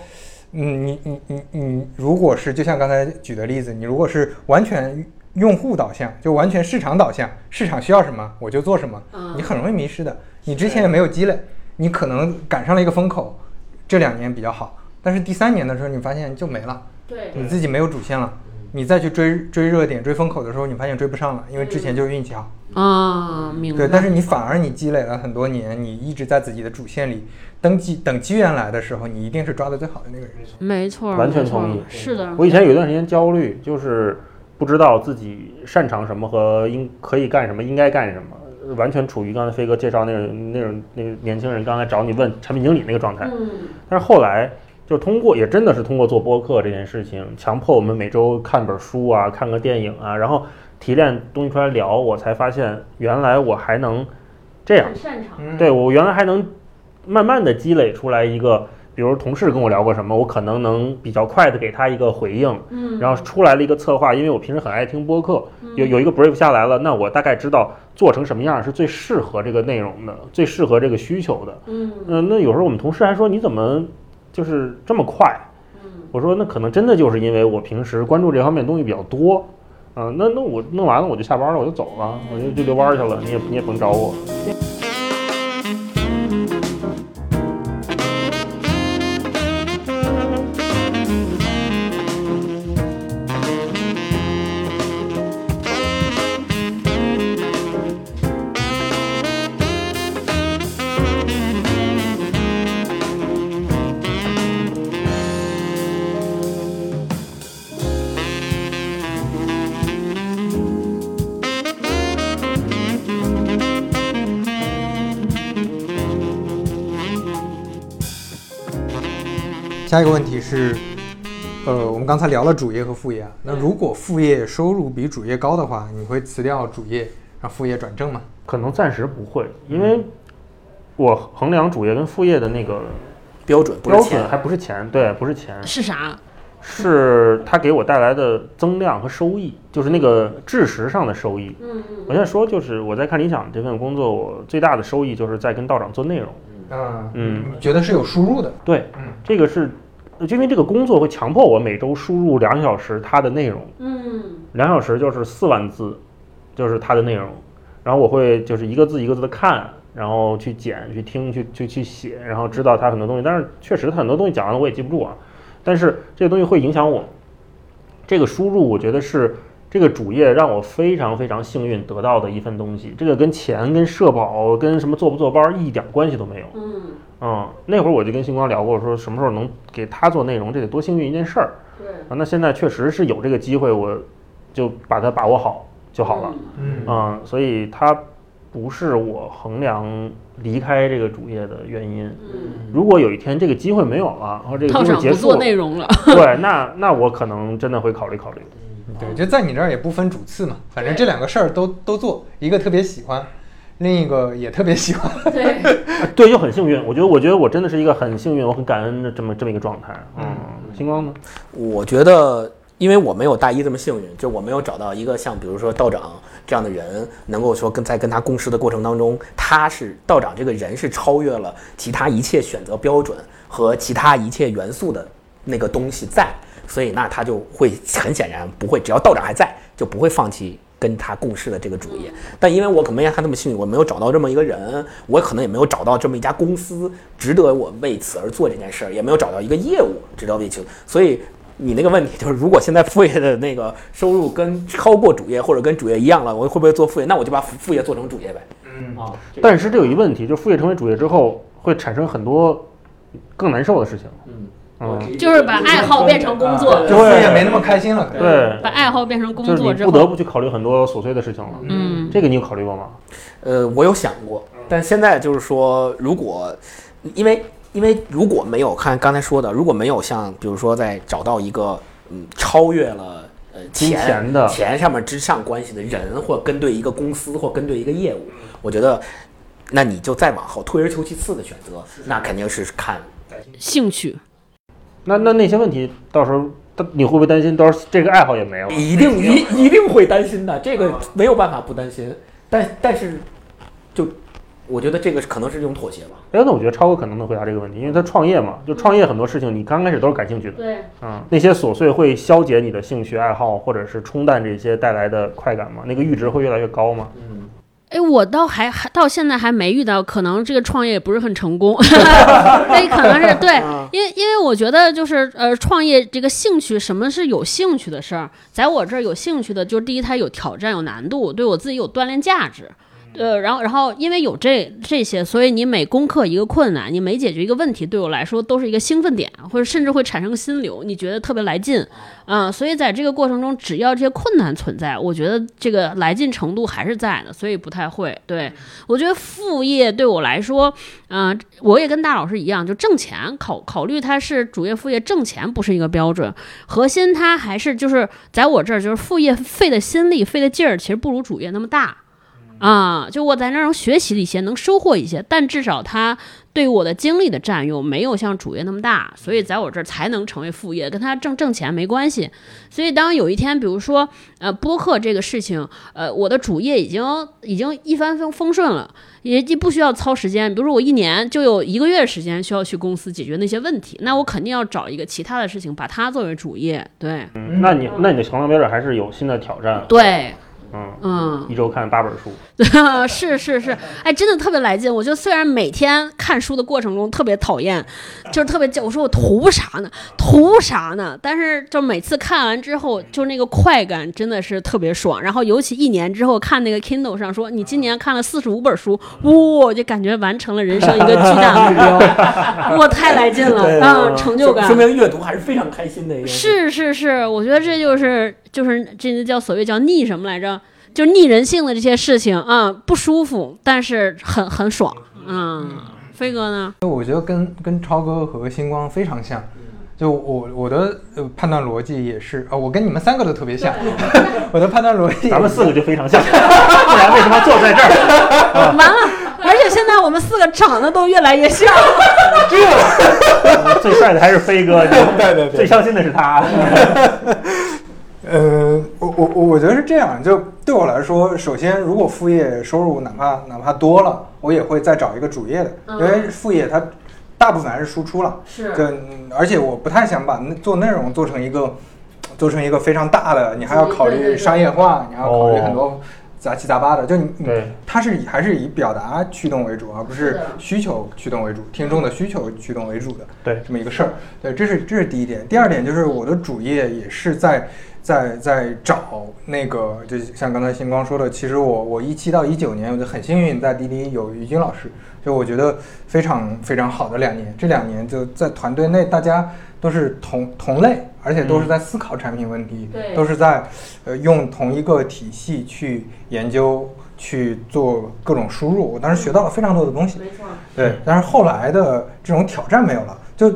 嗯，你你你你，如果是就像刚才举的例子，你如果是完全用户导向，就完全市场导向，市场需要什么我就做什么，你很容易迷失的。你之前也没有积累，你可能赶上了一个风口，这两年比较好，但是第三年的时候你发现就没了。
对
你自己没有主线了，你再去追追热点、追风口的时候，你发现追不上了，因为之前就是运气好。
啊，明白。
对，但是你反而你积累了很多年，你一直在自己的主线里，等机等机缘来的时候，你一定是抓的最好的那个人。
没错，
完全
没错
同意
是的，
我以前有一段时间焦虑，就是不知道自己擅长什么和应可以干什么，应该干什么，呃完全处于刚才飞哥介绍那种那种那个年轻人刚才找你问产品经理那个状态。
嗯，
但是后来就是通过，也真的是通过做播客这件事情，强迫我们每周看本书啊，看个电影啊，然后提炼东西出来聊，我才发现原来我还能这样。
很擅长。
嗯，
对我原来还能慢慢的积累出来一个，比如同事跟我聊过什么，我可能能比较快的给他一个回应，
嗯，
然后出来了一个策划，因为我平时很爱听播客，有有一个 brief 下来了，那我大概知道做成什么样是最适合这个内容的，最适合这个需求的。
嗯
嗯、那有时候我们同事还说你怎么就是这么快？
嗯
我说那可能真的就是因为我平时关注这方面东西比较多。嗯、那那我弄完了我就下班了，我就走了，我就就遛弯儿去了，你也你也不能找我。
下一个问题是，呃，我们刚才聊了主业和副业啊，那如果副业收入比主业高的话，你会辞掉主业，让副业转正吗？
可能暂时不会，因为我衡量主业跟副业的那个
标准不
标
是钱
准，还不是钱，对，不是钱，
是啥？
是它给我带来的增量和收益，就是那个知识上的收益。
嗯
我现在说，就是我在看理想这份工作，我最大的收益就是在跟道长做内容。
嗯
嗯
觉得是有输入的。
对
嗯，
这个是就因为这个工作会强迫我每周输入两小时它的内容，
嗯
两小时就是四万字，就是它的内容。然后我会就是一个字一个字的看，然后去剪、去听、去去去写，然后知道它很多东西。但是确实它很多东西讲完了我也记不住啊。但是这个东西会影响我。这个输入我觉得是这个主业让我非常非常幸运得到的一份东西。这个跟钱、跟社保、跟什么做不做班一点关系都没有。
嗯，
嗯，那会儿我就跟星光聊过，说什么时候能给他做内容，这得多幸运一件事儿。
对，
啊，那现在确实是有这个机会，我就把它把握好就好了。
嗯
嗯，所以它不是我衡量离开这个主业的原因。
嗯，
如果有一天这个机会没有了，或者这个
套
机
上
会结
不
束
做
了，
内容了，
对，那那我可能真的会考虑考虑。
对，就在你这儿也不分主次嘛，反正这两个事儿都都做，一个特别喜欢，另一个也特别喜欢。
对，
啊对，就很幸运，我觉得，我觉得我真的是一个很幸运，我很感恩的这么这么一个状态。嗯，星光呢？
我觉得，因为我没有大一这么幸运，就我没有找到一个像比如说道长这样的人，能够说跟在跟他共事的过程当中，他是道长这个人是超越了其他一切选择标准和其他一切元素的那个东西在，所以那他就会很显然不会，只要道长还在，就不会放弃。跟他共事的这个主业，但因为我可没像他那么幸运，我没有找到这么一个人，我可能也没有找到这么一家公司值得我为此而做这件事儿，也没有找到一个业务值得为此，所以你那个问题就是，如果现在副业的那个收入跟超过主业或者跟主业一样了，我会不会做副业？那我就把副副业做成主业呗。嗯啊，这个
但是这有一问题，就是副业成为主业之后，会产生很多更难受的事情。
嗯
嗯，
就是把爱好变
啊
成工作，
就自己也没那么开心了。
对，
把爱好变成工
就是
作
你
之
不得
后，
不去考虑很多琐碎的事情了。
嗯，
这个你有考虑过吗？
呃，我有想过，
嗯
但现在就是说，如果因为因为如果没有看刚才说的，如果没有像比如说在找到一个嗯超越了呃
金
钱
钱的
钱上面之上关系的人，或跟对一个公司或跟对一个业务，我觉得那你就再往后退而求其次的选择，那肯定是看
兴趣，
那那那些问题，到时候他你会不会担心？到时候这个爱好也没有了？
一定一一定会担心的，这个没有办法不担心。但但是，就我觉得这个可能是一种妥协吧。
哎，那我觉得超哥可能能回答这个问题，因为他创业嘛，就创业很多事情你刚开始都是感兴趣的，
对，
嗯，那些琐碎会消解你的兴趣爱好，或者是冲淡这些带来的快感吗？那个阈值会越来越高吗？
哎，我倒还还到现在还没遇到，可能这个创业也不是很成功， 那可能是对，
嗯啊
因为因为我觉得就是呃，创业这个兴趣，什么是有兴趣的事儿，在我这儿有兴趣的，就是第一它有挑战有难度，对我自己有锻炼价值。呃，然后，然后，因为有这这些，所以你每攻克一个困难，你每解决一个问题，对我来说都是一个兴奋点，或者甚至会产生心流，你觉得特别来劲，啊、所以在这个过程中，只要这些困难存在，我觉得这个来劲程度还是在的，所以不太会。对我觉得副业对我来说，嗯、我也跟大老师一样，就挣钱考考虑它是主业副业，挣钱不是一个标准，核心它还是就是在我这儿，就是副业费的心力、费的劲儿，其实不如主业那么大。啊、就我在那儿能学习一些，能收获一些，但至少它对我的精力的占用没有像主业那么大，所以在我这儿才能成为副业，跟他挣挣钱没关系。所以当有一天，比如说呃播客这个事情，呃我的主业已经已经一帆风风顺了，也也不需要操时间。比如说我一年就有一个月时间需要去公司解决那些问题，那我肯定要找一个其他的事情把它作为主业。对
嗯，那你那你的衡量标准还是有新的挑战，
对，
嗯，
嗯。
一周看八本书，
是是是，哎，真的特别来劲。我就虽然每天看书的过程中特别讨厌，就是特别焦，我说我图啥呢？图啥呢？但是就每次看完之后，就那个快感真的是特别爽。然后尤其一年之后看那个 Kindle 上说你今年看了四十五本书，哇、就感觉完成了人生一个巨大的目标，哇，太来劲了，啊，成就感
嗯说。明阅读还是非常开心的一个。
是是是，我觉得这就是就是这就叫所谓叫逆什么来着？就逆人性的这些事情啊、不舒服，但是很很爽。嗯，飞哥呢？
我觉得跟跟超哥和星光非常像，就我我的呃判断逻辑也是，呃，我跟你们三个都特别像，我的判断逻辑
咱们四个就非常像，不然为什么坐在这儿？
完了，而且现在我们四个长得都越来越像。
最帅的还是飞哥，你
对对
最伤心的是他。
呃，我我我我觉得是这样，就对我来说，首先如果副业收入哪怕哪怕多了，我也会再找一个主业的，因为副业它大大部分还是输出了。
是
对，嗯而且我不太想把那做内容做成一个做成一个非常大的，你还要考
对对
虑
对
商业化，你还要考虑
哦
很多杂七杂八的。就你，你
对
它是以还是以表达驱动为主，而不
是
是
的
需求驱动为主，听众的需求驱动为主的。
对
这么一个事儿。对，这是这是第一点。第二点就是我的主业也是在在在找那个，就像刚才星光说的，其实我我一七到一九年我就很幸运在滴滴有于军老师，就我觉得非常非常好的两年。这两年就在团队内大家都是同同类，而且都是在思考产品问题，
对
都是在呃用同一个体系去研究。去做各种输入，我当时学到了非常多的东西。
没错，
对，但是后来的这种挑战没有了，就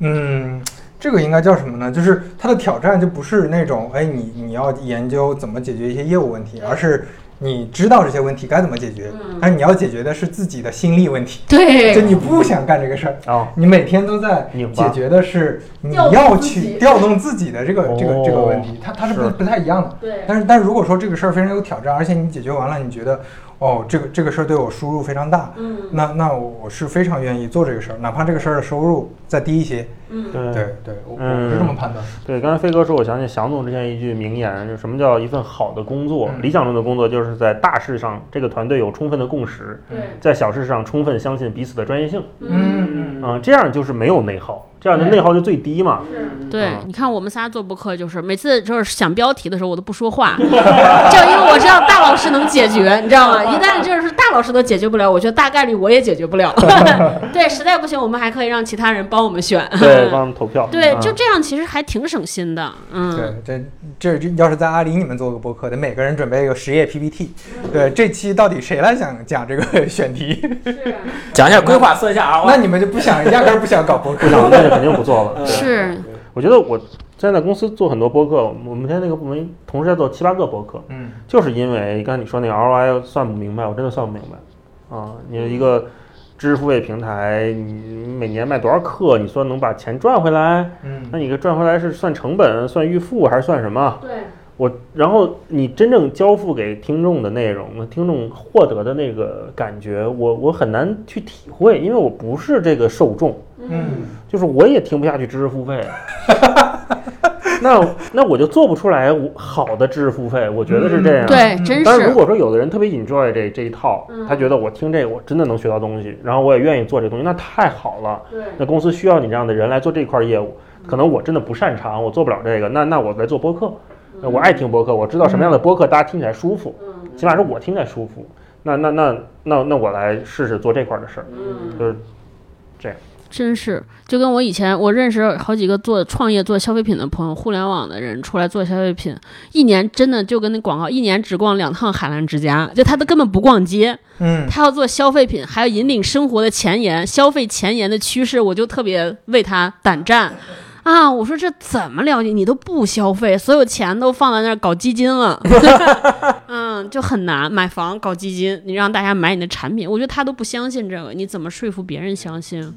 嗯，这个应该叫什么呢？就是它的挑战就不是那种哎，你你要研究怎么解决一些业务问题，而是你知道这些问题该怎么解决，
嗯
但是你要解决的是自己的心力问题。就
对，
你不想干这个事儿，
哦，
你每天都在
拧巴
解决的是你
调动
要
自己
去调动自己的这个这个这个问题
哦，
它它是不
是
不太一样的。
对
但是但是如果说这个事儿非常有挑战，而且你解决完了，你觉得哦，这个这个事儿对我输入非常大，
嗯
那那我是非常愿意做这个事儿，哪怕这个事儿的收入再低一些。
嗯，
对
对对，我
嗯
我是这么判断的。
对，刚才飞哥说，我想起翔总之前一句名言，就什么叫一份好的工作？
嗯
理想中的工作就是在大事上，这个团队有充分的共识，
对，
在小事上充分相信彼此的专业性。
嗯，
嗯，这样就是没有内耗，这样的内耗就最低嘛。
是
对
嗯，
你看我们仨做播客，就是每次就是想标题的时候，我都不说话， 就因为我知道大老师能解决，你知道吗？一旦就是大老师都解决不了，我觉得大概率我也解决不了。 对，实在不行，我们还可以让其他人帮我们选。
对，帮他们投票。
对，
嗯
就这样，其实还挺省心的。嗯，
对，这这这要是在阿里你们做个播客，得每个人准备一个实业 PPT。对，这期到底谁来想讲这个 选题？
是，
讲一下规划，算一下啊。
那你们就不想，压根儿不想搞播
不
客。
想那就肯定不做了。
是，
我觉得我现在在公司做很多播客，我们现在那个部门同时在做七八个播客，
嗯，
就是因为刚才你说那个 ROI 算不明白，我真的算不明白啊！你有一个知识付费平台，你每年卖多少课，你说能把钱赚回来？
嗯
那你这赚回来是算成本、算预付还是算什么？
对，
我然后你真正交付给听众的内容，听众获得的那个感觉，我我很难去体会，因为我不是这个受众。
嗯，
就是我也听不下去知识付费，那那我就做不出来我好的知识付费，我觉得是这
嗯
样。
对，真
但是如
是。
果说有的人特别 enjoy 这这一套，他觉得我听这个我真的能学到东西，然后我也愿意做这个东西，那太好了。
对，
那公司需要你这样的人来做这块业务，可能我真的不擅长，我做不了这个，那那我来做播客，那我爱听播客，我知道什么样的播客大家听起来舒服，
嗯
起码是我听起来舒服。那那那那那我来试试做这块的事儿，
嗯，
就是
真是，就跟我以前我认识好几个做创业做消费品的朋友，互联网的人出来做消费品，一年真的就跟那广告，一年只逛两趟海澜之家，就他都根本不逛街，
嗯，
他要做消费品，还要引领生活的前沿，消费前沿的趋势，我就特别为他胆战。啊！我说这怎么了解？你都不消费，所有钱都放在那儿搞基金了，嗯，就很难买房搞基金。你让大家买你的产品，我觉得他都不相信这个，你怎么说服别人相信？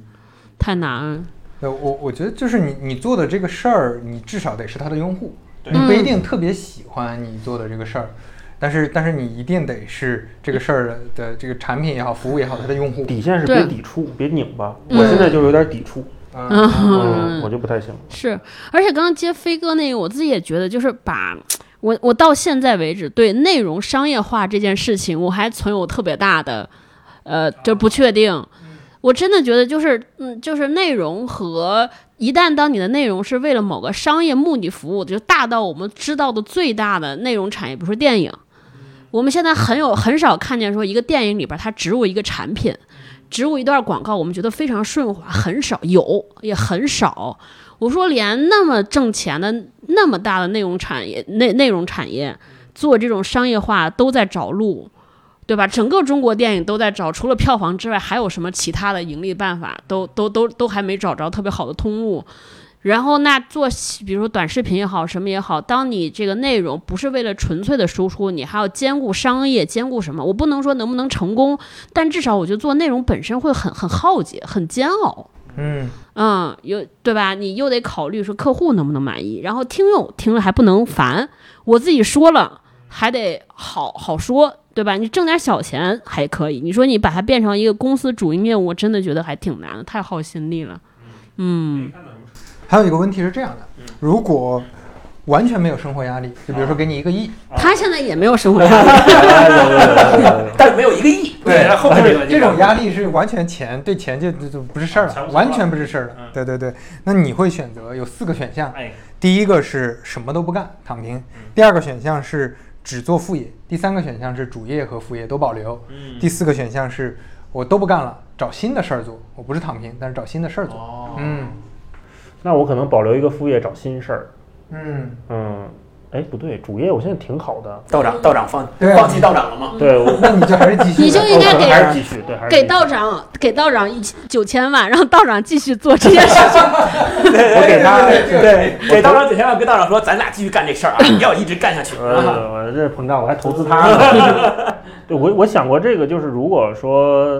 太难了。
呃，我我觉得就是你你做的这个事儿，你至少得是他的用户，
对
你不一定特别喜欢你做的这个事儿，但是但是你一定得是这个事儿的这个产品也好，服务也好，它的用户。
底线是
对
别抵触，别拧巴。
嗯
我现在就有点抵触，
嗯，
嗯，我就不太行。
是，而且刚刚接飞哥那个，我自己也觉得，就是把我我到现在为止对内容商业化这件事情，我还存有特别大的呃，就是不确定。我真的觉得就是嗯，就是内容和一旦当你的内容是为了某个商业目的服务，就大到我们知道的最大的内容产业，比如说电影。我们现在很有很少看见说一个电影里边它植入一个产品，植入一段广告，我们觉得非常顺滑，很少有也很少。我说连那么挣钱的那么大的内容产业内内容产业做这种商业化都在找路，对吧？整个中国电影都在找，除了票房之外，还有什么其他的盈利办法？都都都都还没找着特别好的通路。然后那做，比如说短视频也好，什么也好，当你这个内容不是为了纯粹的输出，你还要兼顾商业，兼顾什么？我不能说能不能成功，但至少我觉得做内容本身会很很耗竭，很煎熬。
嗯，
嗯，有对吧？你又得考虑说客户能不能满意，然后听众听了还不能烦，我自己说了还得好好说，对吧？你挣点小钱还可以，你说你把它变成一个公司主营业务，我真的觉得还挺难的，太耗心力了。嗯，
还有一个问题是这样的：如果完全没有生活压力，就比如说给你一个亿，
他现在也没有生活压力，
但是没有一个亿。
对
后面个
这种压力是完全钱对钱就就就不是事儿
全
了，
部
完全不是事儿了
嗯。
对对对，那你会选择有四个选项，
哎，
第一个是什么都不干，躺平；第二个选项是只做副业；第三个选项是主业和副业都保留；
嗯
第四个选项是我都不干了，找新的事儿做。我不是躺平，但是找新的事儿做。
哦
嗯
那我可能保留一个副业找新事儿。
嗯，
嗯，哎，不对，主业我现在挺好的。
道
嗯
长，道长放
对啊
放弃道长了吗？
对，我
那你就还是继续吧。
你就应该
我可能
给
还是继续，对，还是继续
给道长给道长一九千万，让道长继续做这件事情。
我给 他对
给道长九千万，跟道长说，咱俩继续干这事儿啊，你要一直干下去。
啊
呃，我这膨胀，我还投资他呢。 对，我我想过这个，就是如果说，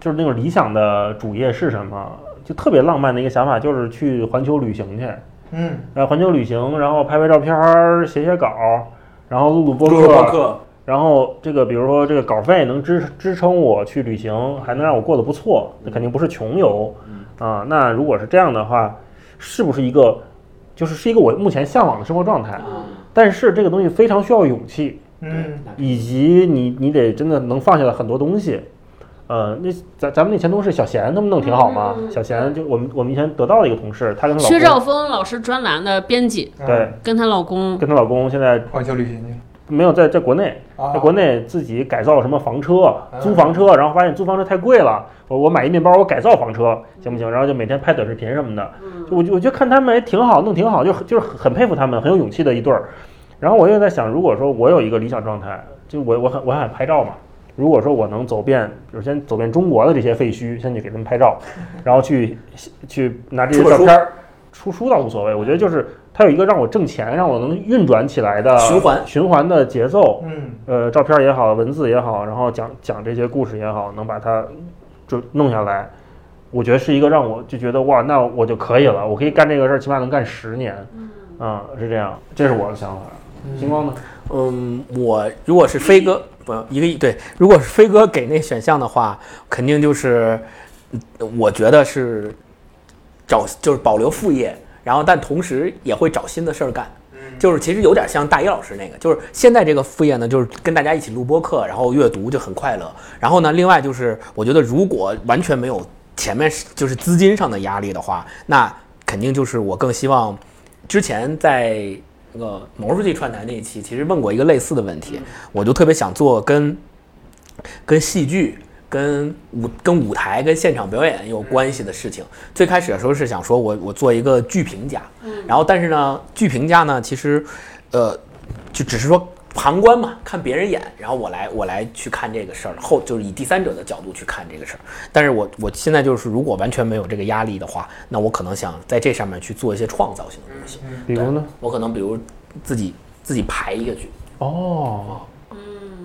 就是那种理想的主业是什么，就特别浪漫的一个想法，就是去环球旅行去，
嗯，
呃，环球旅行，然后拍拍照片儿，写写稿儿，然后录录播
录录播
客，
客，
然后这个比如说这个稿费能支支撑我去旅行，还能让我过得不错，那肯定不是穷游啊。那如果是这样的话，是不是一个就是是一个我目前向往的生活状
嗯
态？但是这个东西非常需要勇气，
嗯，
以及你你得真的能放下很多东西。呃，那咱咱们那前同事小贤，他们弄挺好嘛。小贤就我们我们以前得到的一个同事，她跟她
薛
老
兆
公
丰老师专栏的编辑
对，
跟她老公，
跟她老公现在
嗯啊环球旅行去了。
没有在在国内，
啊
在国内自己改造什么房车，租房车，然后发现租房车太贵了，我我买一面包，我改造房车行不行？然后就每天拍短视频什么的，就我就我就看他们也挺好，弄挺好，就很就是很佩服他们，很有勇气的一对儿。然后我又在想，如果说我有一个理想状态，就我我很我很爱拍照嘛。如果说我能走遍，比如先走遍中国的这些废墟，先去给他们拍照，然后去去拿这
出
些
个
照
书
片儿出书倒无所谓，我觉得就是它有一个让我挣钱，让我能运转起来的
循环
循环的节奏。
嗯
呃，照片也好，文字也好，然后讲讲这些故事也好，能把它就弄下来，我觉得是一个让我就觉得哇，那我就可以了，我可以干这个事儿，起码能干十年。嗯，是这样，这是我的想法。星光呢？
嗯，我如果是飞哥，不一个亿对，如果是飞哥给那选项的话，肯定就是，嗯我觉得是找就是保留副业，然后但同时也会找新的事儿干。
嗯
就是其实有点像大一老师那个，就是现在这个副业呢，就是跟大家一起录播课，然后阅读就很快乐。然后呢，另外就是我觉得如果完全没有前面是就是资金上的压力的话，那肯定就是我更希望之前在那个毛书记串台那一期，其实问过一个类似的问题，我就特别想做跟跟戏剧、跟舞、跟舞台、跟现场表演有关系的事情。最开始的时候是想说我我做一个剧评家，然后但是呢，剧评家呢，其实呃，就只是说。旁观嘛，看别人演，然后我来我来去看这个事儿，后就是以第三者的角度去看这个事儿。但是我我现在就是，如果完全没有这个压力的话，那我可能想在这上面去做一些创造性的东西。
比如呢？
我可能比如自己自己排一个剧，
哦，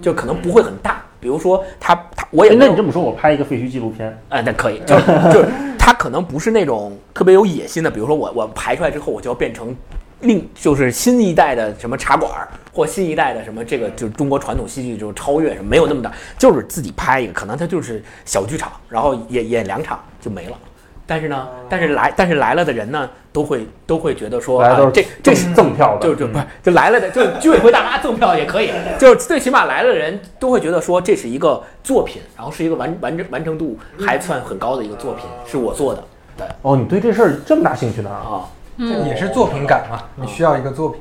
就可能不会很大。比如说他他我也
哎，
没
那
有
你这么说，我拍一个废墟纪录片，
哎，那可以，就是就是他可能不是那种特别有野心的，比如说我我排出来之后，我就要变成另就是新一代的什么茶馆儿或新一代的什么这个就是中国传统戏剧就是超越什么没有那么大，就是自己拍一个，可能他就是小剧场，然后演演两场就没了。但是呢，但是来但是来了的人呢，都会都会觉得说，
大家都
啊
是
这这是
赠赠票的，
就是就
嗯
不是就来了的，就是居委会大妈赠票也可 以，就是最起码来了的人都会觉得说这是一个作品，然后是一个完完整完成度还算很高的一个作品，是我做的。对
哦，你对这事儿这么大兴趣呢？
啊，
这也是作品感嘛，你需要一个作品。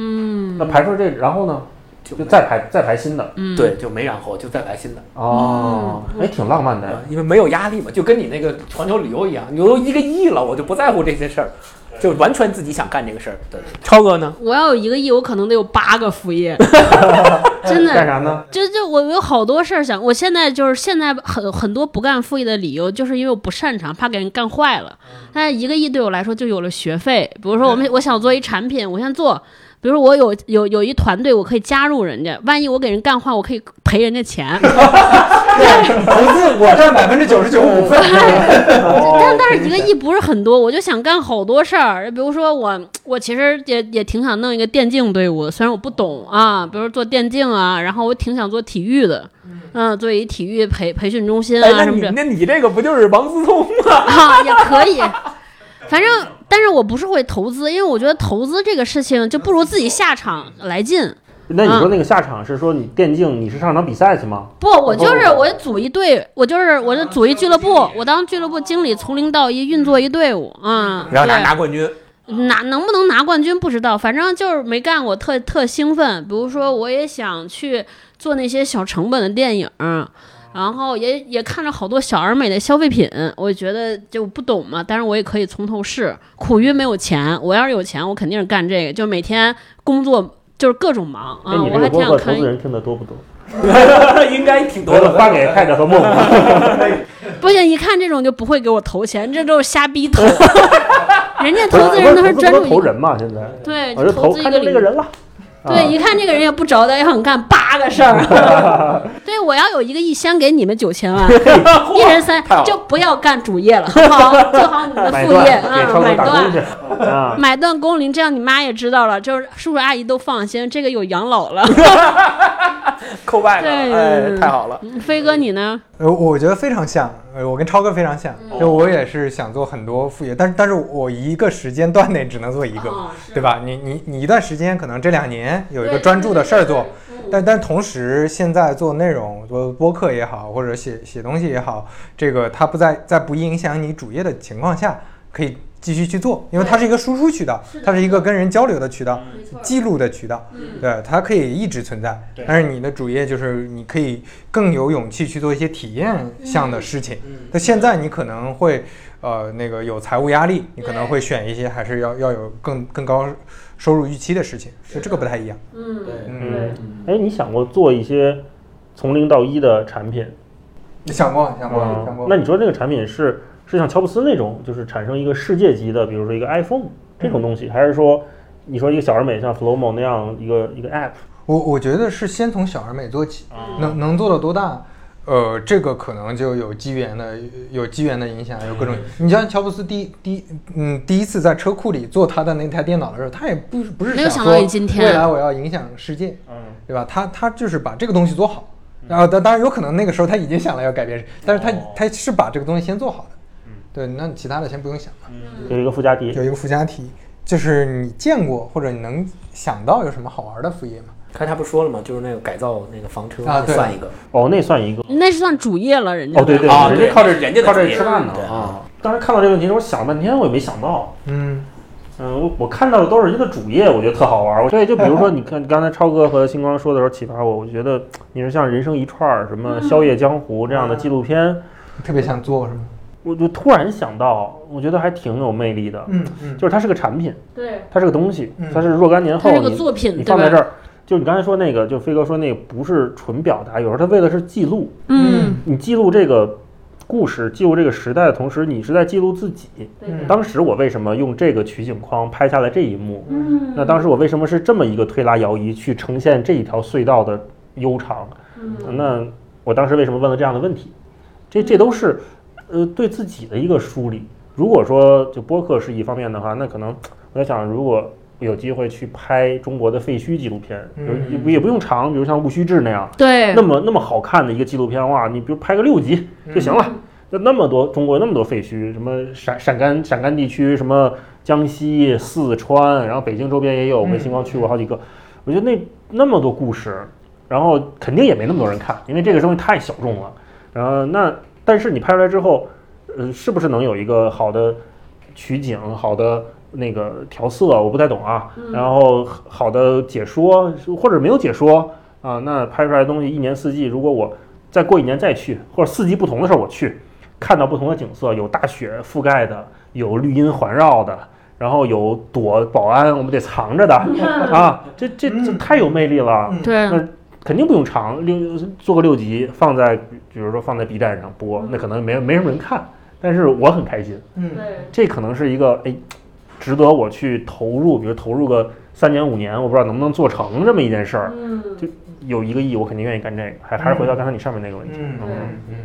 嗯
那排出这，然后呢？
就
就再排再排新的
嗯，
对，就没然后，就再来新的，
哦，哎，挺浪漫的。
因为没有压力嘛，就跟你那个环球旅游一样，你都一个亿了，我就不在乎这些事儿，就完全自己想干这个事儿。对，超哥呢？
我要有一个亿，我可能得有八个副业，真的
干啥呢？
这就我有好多事儿想，我现在就是现在很很多不干副业的理由，就是因为我不擅长，怕给人干坏了。但是一个亿对我来说就有了学费，比如说我们我想做一产品，我先做。比如说我有有有一团队，我可以加入人家，万一我给人干坏，我可以赔人家钱。
投资 我占百分之九十九五 分，
但但是一个亿不是很多，我就想干好多事儿。比如说我，我其实也也挺想弄一个电竞队伍，虽然我不懂啊，比如说做电竞啊，然后我挺想做体育的，嗯，做一体育培培训中心
哎，
啊
那
什么
你
的
那你这个不就是王思聪吗？
啊，也可以。反正，但是我不是会投资，因为我觉得投资这个事情就不如自己下场来劲。
那你
嗯
说那个下场是说你电竞你是上场比赛去吗？
不，我就是
哦
我组一队，我就是我就组一俱乐
啊
部，我当俱乐部经理，从零到一运作一队伍啊。
然后拿
对
拿冠军，
啊
拿能不能拿冠军不知道，反正就是没干过，特特兴奋。比如说，我也想去做那些小成本的电影，然后也也看着好多小而美的消费品，我觉得就不懂嘛，但是我也可以从头试。苦于没有钱，我要是有钱，我肯定是干这个，就每天工作就是各种忙啊。
哎，你
我
这
还
个
挺
播
想
客投
看一
资人听的 多不多？
应该挺多
得了，
的。
发给泰德和梦梦。
不行，一看这种就不会给我投钱，这都是瞎逼投。 人家 投资人都是专
不
注
是投
于
人嘛，现在
对，
我就投
投资一
看
个
中这
领
个
域。
人了。啊
对，一看这个人也不着的，也很干八个 事儿。对，我要有一个亿，先给你们九 千万， 一人三
太好，了
就不要干主业了，好不 好？做好你们的
买
副业
断
啊
给，超哥
买
打工
断
去。啊！
买断工龄，这样你妈也知道了，就是叔叔阿姨都放心，这个有养 老了。
扣 back 了，
对
哎，太好了。
飞哥，你呢？
呃，我觉得非常像，呃，我跟超哥非常像，就我也是想做很多副业，但是但是我一个时间段内只能做一个，
哦是
对吧？你你你一段时间可能这两年有一个
对
专注的事儿做，
嗯
但但同时现在做内容，做播客也好，或者写写东西也好，这个它不在在不影响你主业的情况下，可以继续去做，因为它是一个输出渠道，它是一个跟人交流的渠道，记录的渠道，对，它可以一直存在。但是你的主业就是你可以更有勇气去做一些体验项的事情。
嗯
那现在你可能会呃那个有财务压力，你可能会选一些还是要要有更更高收入预期的事情，就这个不太一样。
嗯，
嗯，
哎，你想过做一些从零到一的产品？
你想过想过想
嗯
过，
那你说这个产品是是像乔布斯那种，就是产生一个世界级的，比如说一个 iPhone 这种东西，还是说你说一个小而美像 Flowmo 那样一个一个 App？
我我觉得是先从小而美做起，能能做到多大？呃，这个可能就有机缘的，有机缘的影响，有各种。你像乔布斯第一第一嗯第一次在车库里做他的那台电脑的时候，他也不不是
没有
想
想到
说
有今天
未来我要影响世界，
嗯，
对吧？他他就是把这个东西做好，然后当当然有可能那个时候他已经想了要改变，但是他他是把这个东西先做好的。对，那其他的先不用想了。
有一个附加题。
有一个附加题，就是你见过或者你能想到有什么好玩的副业吗？
刚才他不是说了吗？就是那个改造那个房车
啊对
算一个。
哦，那算一个。
那是算主业了，人家。
哦，对对，
啊，
人
对，
家
靠着人家的
靠这
主
吃
业
饭呢
对
啊！当时看到这个问题的时候，我想了半天，我也没想到。
嗯，
嗯，我我看到的都是人家的主业，我觉得特好玩儿。对，就比如 说，你看刚才超哥和星光说的时候启发我，我觉得你说像《人生一串》儿、什
嗯
么《宵夜江湖》这样的纪录片，
特别想做是吗？
我就突然想到，我觉得还挺有魅力的。
嗯嗯，
就是它是个产品，
对，
它是个东西
嗯，
它是若干年
它
后
是个
你
作品，
你
对
放在这
吧？
儿，就你刚才说那个，就飞哥说那个不是纯表达，有时候它为了是记录，
嗯，
你记录这个故事，记录这个时代的同时，你是在记录自己。
嗯
当时我为什么用这个取景框拍下来这一幕？
嗯
那当时我为什么是这么一个推拉摇移去呈现这一条隧道的悠长？那我当时为什么问了这样的问题？这这都是呃对自己的一个梳理。如果说就播客是一方面的话，那可能我在想，如果有机会去拍中国的废墟纪录片，
嗯
也不也不用长，比如像戊戌志那样，
对
那，么那么好看的一个纪录片，哇，你比如拍个六集就行了。那那么多中国那么多废墟，什么陕陕甘陕甘地区，什么江西、四川，然后北京周边也有，我跟星光去过好几个。我觉得那那么多故事，然后肯定也没那么多人看，因为这个东西太小众了。然后那但是你拍出来之后，呃，是不是能有一个好的取景、好的那个调色，我不太懂啊。然后好的解说或者没有解说啊，那拍出来的东西一年四季，如果我再过一年再去，或者四季不同的时候我去，看到不同的景色，有大雪覆盖的，有绿荫环绕的。然后有躲保安，我们得藏着的啊，这这这太有魅力
嗯
了。
对，
肯定不用长，六做个六集，放在比如说放在 B 站上播，那可能没没什么人看，但是我很开心。
嗯
对，
这可能是一个哎，值得我去投入，比如投入个三年五年，我不知道能不能做成这么一件事儿，
嗯，
有一个亿，我肯定愿意干这个。还还是回到刚才你上面那个问题，
嗯
嗯嗯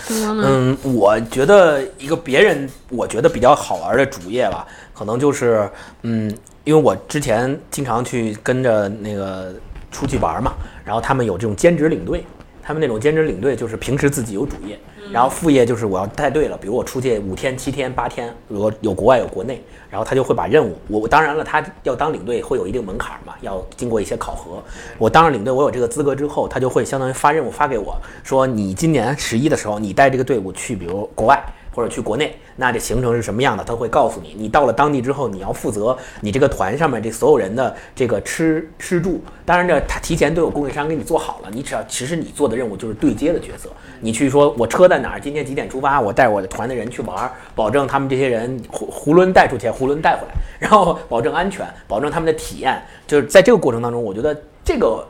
星光呢？
嗯，我觉得一个别人我觉得比较好玩的主业吧，可能就是嗯，因为我之前经常去跟着那个出去玩嘛，然后他们有这种兼职领队，他们那种兼职领队就是平时自己有主业，然后副业就是我要带队了，比如我出去五天、七天、八天，如果有国外有国内，然后他就会把任务，我我当然了，他要当领队会有一定门槛嘛，要经过一些考核。我当上领队，我有这个资格之后，他就会相当于发任务发给我，说你今年十一的时候，你带这个队伍去，比如国外。或者去国内，那这行程是什么样的，他会告诉你。你到了当地之后，你要负责你这个团上面这所有人的这个吃吃住。当然，这他提前都有供应商给你做好了，你只要其实你做的任务就是对接的角色。你去说我车在哪儿，今天几点出发，我带我的团的人去玩儿，保证他们这些人囫囫囵带出去，囫囵带回来， 然后保证安全，保证他们的体验。就是在这个过程当中，我觉得这个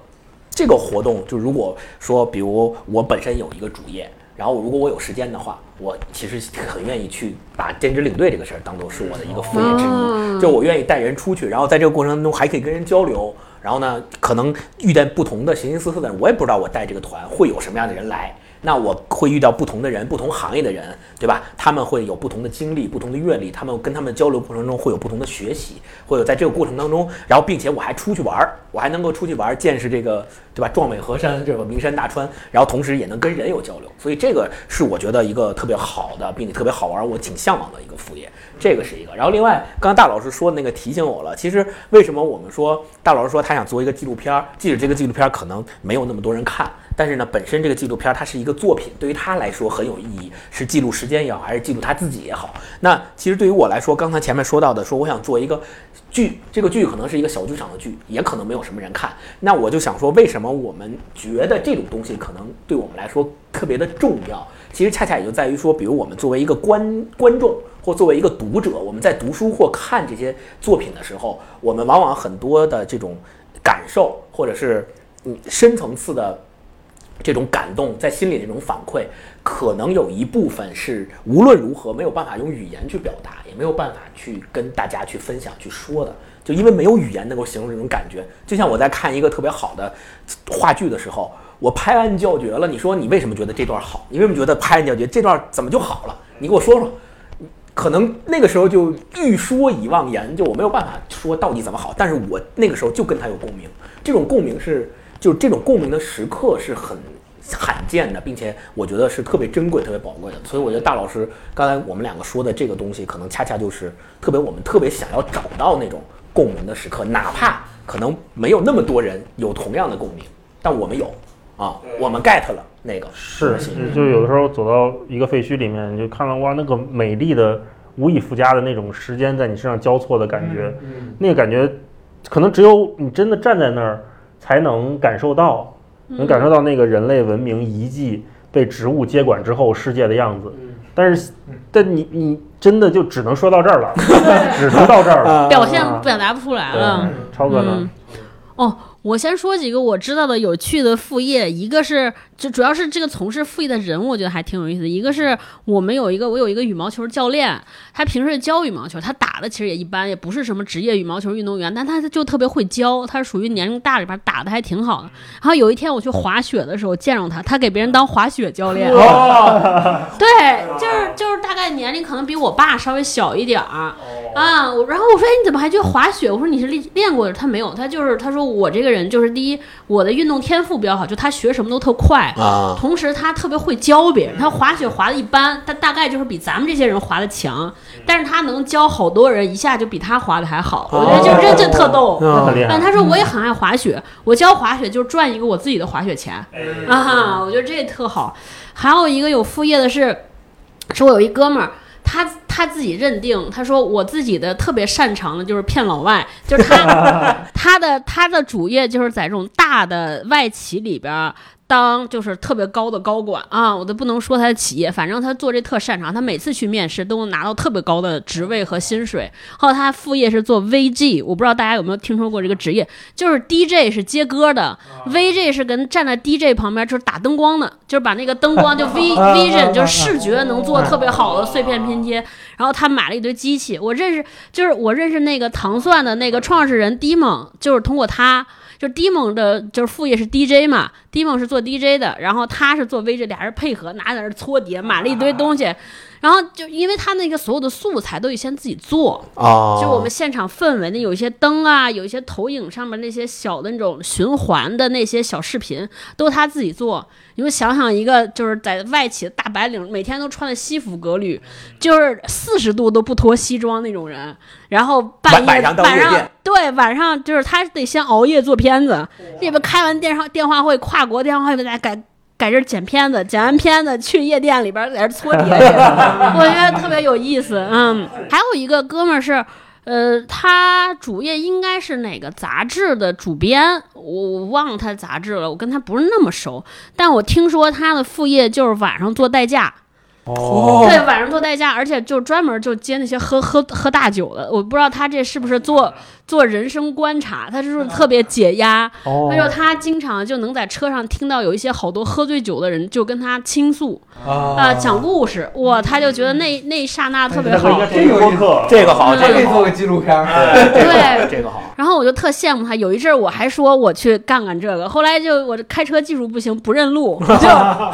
这个活动，就如果说，比如我本身有一个主业，然后如果我有时间的话，我其实很愿意去把兼职领队这个事儿当做是我的一个副业之
哦
一，就我愿意带人出去，然后在这个过程当中还可以跟人交流。然后呢，可能遇见不同的形形色色的人，我也不知道我带这个团会有什么样的人来。那我会遇到不同的人，不同行业的人，对吧？他们会有不同的经历、不同的阅历，他们跟他们交流过程中会有不同的学习，会有在这个过程当中，然后并且我还出去玩儿，我还能够出去玩儿，见识这个对吧？壮美河山这个名山大川，然后同时也能跟人有交流，所以这个是我觉得一个特别好的，并且特别好玩儿，我挺向往的一个副业，这个是一个。然后另外，刚刚大老师说的那个提醒我了，其实为什么我们说大老师说他想做一个纪录片儿，即使这个纪录片儿可能没有那么多人看，但是呢，本身这个纪录片儿它是一个作品，对于他来说很有意义，是记录时间也好，还是记录他自己也好。那其实对于我来说，刚才前面说到的，说我想做一个剧，这个剧可能是一个小剧场的剧，也可能没有什么人看。那我就想说，为什么我们觉得这种东西可能对我们来说特别的重要？其实恰恰也就在于说，比如我们作为一个观观众。或作为一个读者，我们在读书或看这些作品的时候，我们往往很多的这种感受，或者是嗯深层次的这种感动，在心里的这种反馈，可能有一部分是无论如何没有办法用语言去表达，也没有办法去跟大家去分享、去说的。就因为没有语言能够形容这种感觉，就像我在看一个特别好的话剧的时候，我拍案叫绝了。你说你为什么觉得这段好？你为什么觉得拍案叫绝这段怎么就好了？你给我说说。可能那个时候就欲说已忘言，就我没有办法说到底怎么好，但是我那个时候就跟他有共鸣，这种共鸣是，就是这种共鸣的时刻是很罕见的，并且我觉得是特别珍贵、特别宝贵的。所以我觉得大老师刚才我们两个说的这个东西，可能恰恰就是特别我们特别想要找到那种共鸣的时刻，哪怕可能没有那么多人有同样的共鸣，但我们有啊，我们 get 了那个
是，嗯就有的时候走到一个废墟里面，你就看到哇，那个美丽的无以复加的那种时间在你身上交错的感觉，那个感觉可能只有你真的站在那儿才能感受到，能感受到那个人类文明遗迹被植物接管之后世界的样子。但是，但你你真的就只能说到这儿了，只能到这儿了。
表现表达不出来了。
嗯啊对，超哥呢？
哦，我先说几个我知道的有趣的副业，一个是就主要是这个从事副业的人，我觉得还挺有意思的。一个是我们有一个我有一个羽毛球教练，他平时教羽毛球，他打的其实也一般，也不是什么职业羽毛球运动员，但他就特别会教，他是属于年龄大里边打的还挺好的。然后有一天我去滑雪的时候见着他，他给别人当滑雪教练，
哦
对，就是就是大概年龄可能比我爸稍微小一点儿啊。我然后我说，哎，你怎么还去滑雪？我说你是练练过的？他没有，他就是他说我这个人就是第一，我的运动天赋比较好，就他学什么都特快。
啊，
同时，他特别会教别人。他滑雪滑的一般，但大概就是比咱们这些人滑的强。但是他能教好多人，一下就比他滑的还好。我觉得就这这特逗。
那很厉害
但。他说我也很爱滑雪，我教滑雪就是赚一个我自己的滑雪钱啊哈，我觉得这特好。还有一个有副业的是，是我有一哥们儿。他他自己认定，他说我自己的特别擅长的就是骗老外，就是他他的他的主业就是在这种大的外企里边儿当就是特别高的高管啊，我都不能说他的企业，反正他做这特擅长，他每次去面试都能拿到特别高的职位和薪水。还有他副业是做 VG，我不知道大家有没有听说过这个职业，就是 DJ 是接歌的，VG 是跟站在 DJ 旁边就是打灯光的，就是把那个灯 光就 V
啊啊啊
Vision 就是视觉能做特别好的碎片拼接。然后他买了一堆机器，我认识就是我认识那个糖蒜的那个创始人 Dimon，就是通过他。就是 Dimon 的，就是副业是 DJ 嘛，Dimon 是做 DJ 的，然后他是做 VJ，俩人配合，拿在那儿搓碟，买了一堆东西，然后就因为他那个所有的素材都得先自己做，
哦
就我们现场氛围，那有一些灯啊，有一些投影上面那些小的那种循环的那些小视频，都是他自己做。你们想想，一个就是在外企的大白领，每天都穿的西服革履，就是四十度都不脱西装那种人，然后半夜
晚上到夜店
对晚上就是他得先熬夜做片子，这边开完电话电话会，跨国电话会再改。改这剪片子，剪完片子去夜店里边儿在这搓碟去，我觉得特别有意思。嗯，还有一个哥们儿是，呃，他主业应该是哪个杂志的主编，我我忘了他杂志了，我跟他不是那么熟，但我听说他的副业就是晚上做代驾。
哦
对，晚上做代驾，而且就专门就接那些喝喝喝大酒的。我不知道他这是不是做做人生观察，他就是特别解压。
哦
还有他经常就能在车上听到有一些好多喝醉酒的人就跟他倾诉
哦
啊、
啊
讲故事，哇，他就觉得那那一刹那特别
大哥应
好
该。做一播客，
这个好，
嗯
这
哦这可
个
以
好，
做个纪录片儿。
哎
对，
这个好。
然后我就特羡慕他。有一阵儿我还说我去干干这个，后来就我这开车技术不行，不认路， 我就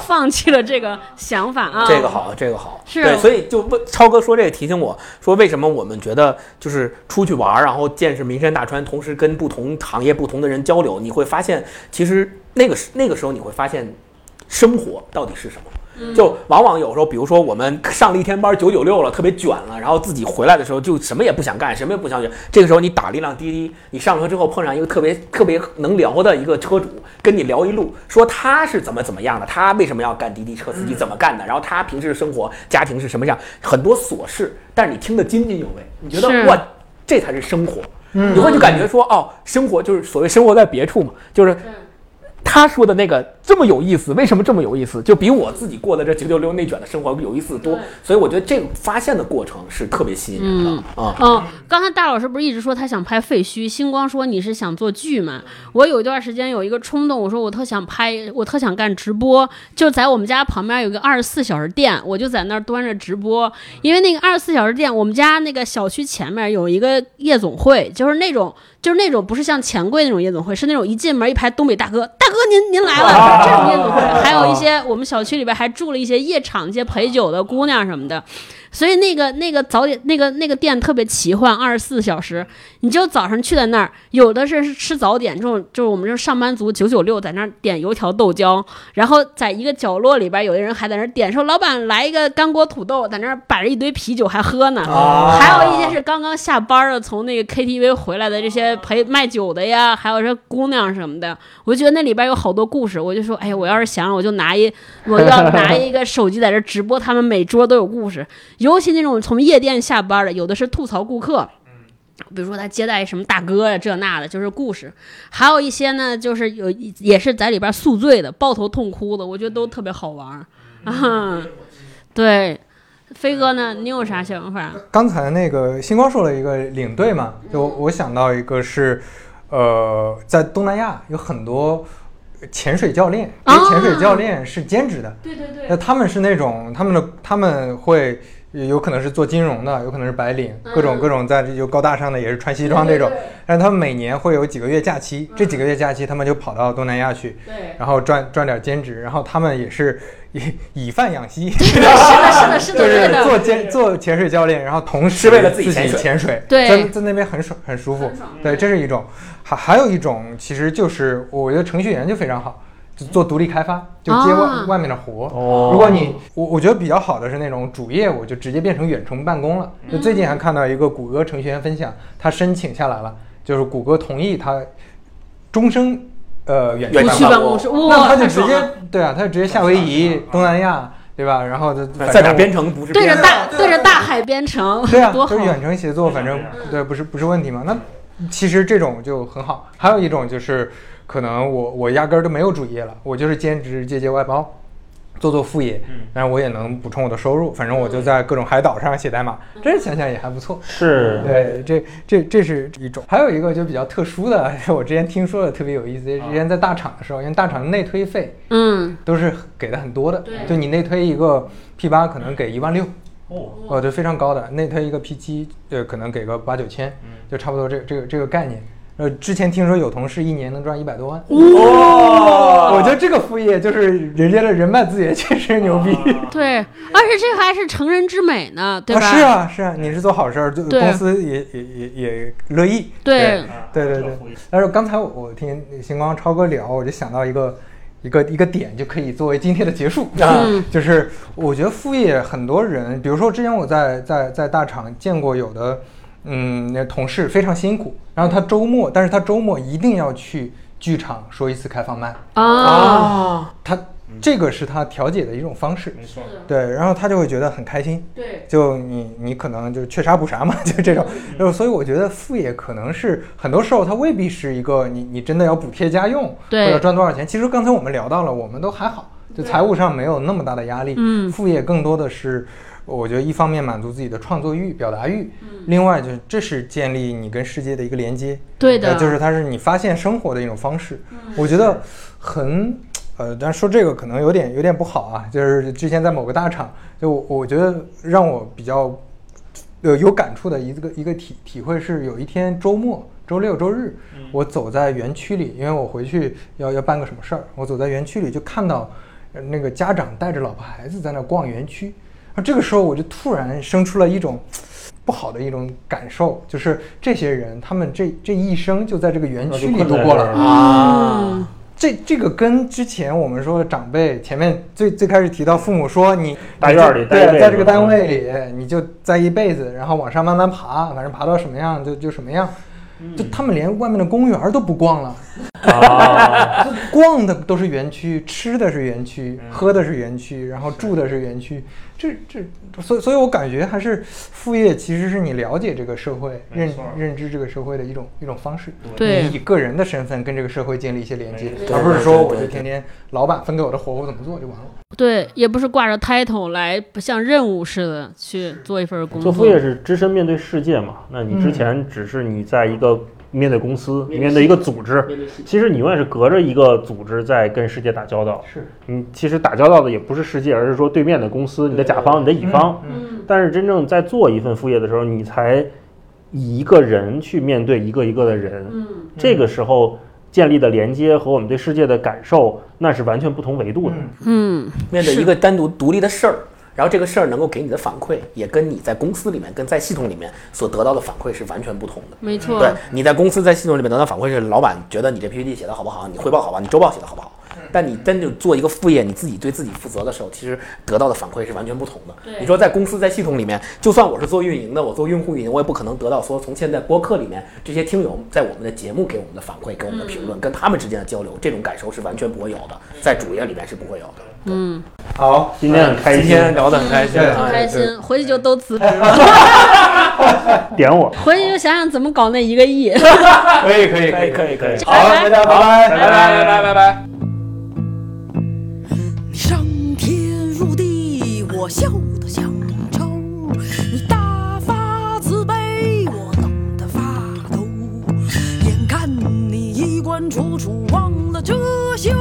放弃了这个想法啊。
这个好，这个好，
是
对，所以就问超哥说这个提醒我说，为什么我们觉得就是出去玩儿，然后见识名山大川，同时跟不同行业、不同的人交流，你会发现，其实那个时那个时候你会发现，生活到底是什么。就往往有时候，比如说我们上了一天班，九九六了，特别卷了，然后自己回来的时候就什么也不想干，什么也不想干。这个时候你打了一辆滴滴，你上车之后碰上一个特别 特别能聊的一个车主，跟你聊一路，说他是怎么怎么样的，他为什么要干滴滴车司机，怎么干的，然后他平时生活家庭是什么样，很多琐事，但是你听得津津有味，你觉
是
得哇，这才是生活。
嗯
你会就感觉说，哦，生活就是所谓生活在别处嘛，就是他说的那个这么有意思，为什么这么有意思？就比我自己过的这九九六内卷的生活有意思得多
对。
所以我觉得这个发现的过程是特别吸引人的啊。
嗯，刚才大老师不是一直说他想拍废墟？星光说你是想做剧嘛？我有一段时间有一个冲动，我说我特想拍，我特想干直播，就在我们家旁边有一个二十四小时店，我就在那儿端着直播。因为那个二十四小时店，我们家那个小区前面有一个夜总会，就是那种就是那种不是像钱柜那种夜总会，是那种一进门一排东北大哥，大哥您您来了这种夜总会。还有一些我们小区里边还住了一些夜场一些陪酒的姑娘什么的。所以那个那个早点那个那个店特别奇幻，二十四小时，你就早上去在那儿，有的是吃早点，这种就是我们这上班族九九六在那儿点油条豆浆，然后在一个角落里边，有的人还在那儿点说老板来一个干锅土豆，在那儿摆着一堆啤酒还喝呢，啊
哦
还有一些是刚刚下班的从那个 KTV 回来的这些陪卖酒的呀，还有这姑娘什么的，我就觉得那里边有好多故事，我就说，哎呀，我要是想，我就拿一我要拿一个手机在这直播，他们每桌都有故事。尤其那种从夜店下班的，有的是吐槽顾客，比如说他接待什么大哥呀这那的，就是故事；还有一些呢，就是有也是在里边宿醉的、抱头痛哭的，我觉得都特别好玩儿啊。 对，飞哥呢，你有啥想法？
刚才那个星光说了一个领队嘛，就我我想到一个是，呃，在东南亚有很多潜水教练，因为
啊
潜水教练是兼职的，
对对对
那他们是那种他们的他们会有可能是做金融的，有可能是白领，各种
嗯
各种在这就高大上的也是穿西装这种，但是他们每年会有几个月假期，
嗯
这几个月假期他们就跑到东南亚去，
对，
然后赚赚点兼职，然后他们也是 以以饭养息。
是的，是的，是
就
的，
是
是的。
做潜做潜水教练，然后同时
是为了
自
自己潜水
潜水，
对嗯
在在那边很爽很舒服，对，这是一种。还还有一种，其实就是我觉得程序员就非常好，就做独立开发，就接外、
啊
外面的活。
哦
如果你我我觉得比较好的是那种主业，我就直接变成远程办公了。就最
嗯
近还看到一个谷歌程序员分享，他申请下来了，就是谷歌同意他终生呃远程
远
不
办
去
程
公
办公室，哇，
那他就
太
直
爽
接
了！
对啊，他就直接夏威夷、东南亚，对吧？然后就
在哪编程不是
对
编
着
程
大对着大海边城，
对啊，
多
就
好
是！远程协作，反正对不是不是问题嘛。那其实这种就很好。还有一种就是可能我我压根儿都没有主业了，我就是兼职接接外包，做做副业，但是我也能补充我的收入。反正我就在各种海岛上写代码，
嗯
这想想也还不错。
是
对，这这这是一种，还有一个就比较特殊的， 我之前听说的特别有意思。之前在大厂的时候，因为大厂内推费
嗯，
都是给的很多的
对，
就你内推一个 P 八可能给一万六，
哦，
哦，对，非常高的。内推一个 P 七，呃，可能给个八九千，就差不多这这个这个概念。呃，之前听说有同事一年能赚一百多万，哇！我觉得这个副业就是人家的人脉资源确实牛逼。
对，而且这还是成人之美呢，对
啊
吧？
是啊，是啊，你是做好事儿，就
对
公司也也也也乐意。
对
对对对。但是刚才我我听星光超哥聊，我就想到一个一个一个点，就可以作为今天的结束。
啊
嗯
就是我觉得副业很多人，比如说之前我在在在大厂见过有的，嗯，那同事非常辛苦，然后他周末，但是他周末一定要去剧场说一次开放麦，
啊，
啊，
他这个是他调解的一种方式，
嗯没错，
对，然后他就会觉得很开心，
对，嗯
就你你可能就缺啥补啥嘛， 就这种，就所以我觉得副业可能是很多时候它未必是一个你你真的要补贴家用或
对
者赚多少钱。其实刚才我们聊到了，我们都还好，就财务上没有那么大的压力。
嗯
副业更多的是。我觉得一方面满足自己的创作欲、表达欲，
嗯
另外就是这是建立你跟世界的一个连接，
对的嗯
呃就是它是你发现生活的一种方式。我觉得很，呃，但说这个可能有点有点不好啊。就是之前在某个大厂，就我我觉得让我比较有有感触的一个一个体体会是，有一天周末，周六周日，我走在园区里，因为我回去要要办个什么事儿，我走在园区里就看到呃那个家长带着老婆孩子在那逛园区，啊，这个时候我就突然生出了一种。不好的一种感受，就是这些人，他们这这一生就在这个园区里度过了，
嗯
啊，
这这个跟之前我们说的长辈前面最最开始提到父母说你
大院里
你就
待一辈子啊
对，在这个单位里你就待一辈子，然后往上慢慢爬，反正爬到什么样就就什么样。就他们连外面的公园都不逛了，
啊，
逛的都是园区，吃的是园区，喝的是园区，然后住的是园区。这这，所以所以我感觉还是副业其实是你了解这个社会、
没
认
错
认知这个社会的一种一种方式。
对
你以个人的身份跟这个社会建立一些连接
没，
错
而不是说
对对
我
对
就
对
天天老板分给我的活我怎么做就完了。
对，也不是挂着 title 来，不像任务似的去做一份工作。
做副业是只身面对世界嘛？那你之前只是你在一个面对公司，面对一个组织，其实你永远是隔着一个组织在跟世界打交道。
是，
你其实打交道的也不是世界，而是说对面的公司，你的甲方，你的乙方。
嗯，
但是真正在做一份副业的时候，你才以一个人去面对一个一个的人，
嗯，
这个时候建立的连接和我们对世界的感受，那是完全不同维度的。
嗯，
面对
是
一个单独独立的事儿，然后这个事儿能够给你的反馈，也跟你在公司里面跟在系统里面所得到的反馈是完全不同的。
没错，
对，你在公司在系统里面得到反馈是老板觉得你这 PPT 写的好不好，你汇报好吧，你周报写的好不好。但你真就做一个副业，你自己对自己负责的时候，其实得到的反馈是完全不同的。
对
你说在公司在系统里面，就算我是做运营的，我做用户运营，我也不可能得到说从现在播客里面这些听友在我们的节目给我们的反馈、给我们的评论、跟他们之间的交流，这种感受是完全不会有的，在主页里面是不会有的。
嗯，
好，
今天很开
今
心，
天聊得很开心，
对
啊
很开心，回去就都辞职，
点我。
回去就想想怎么搞那一个亿。
可以可以
可以可以可以，
好，大家拜拜。
拜拜拜拜拜拜。
你上天入地，我笑得像抽；你大发慈悲，我冷得发抖。眼看你衣冠楚楚，忘了遮羞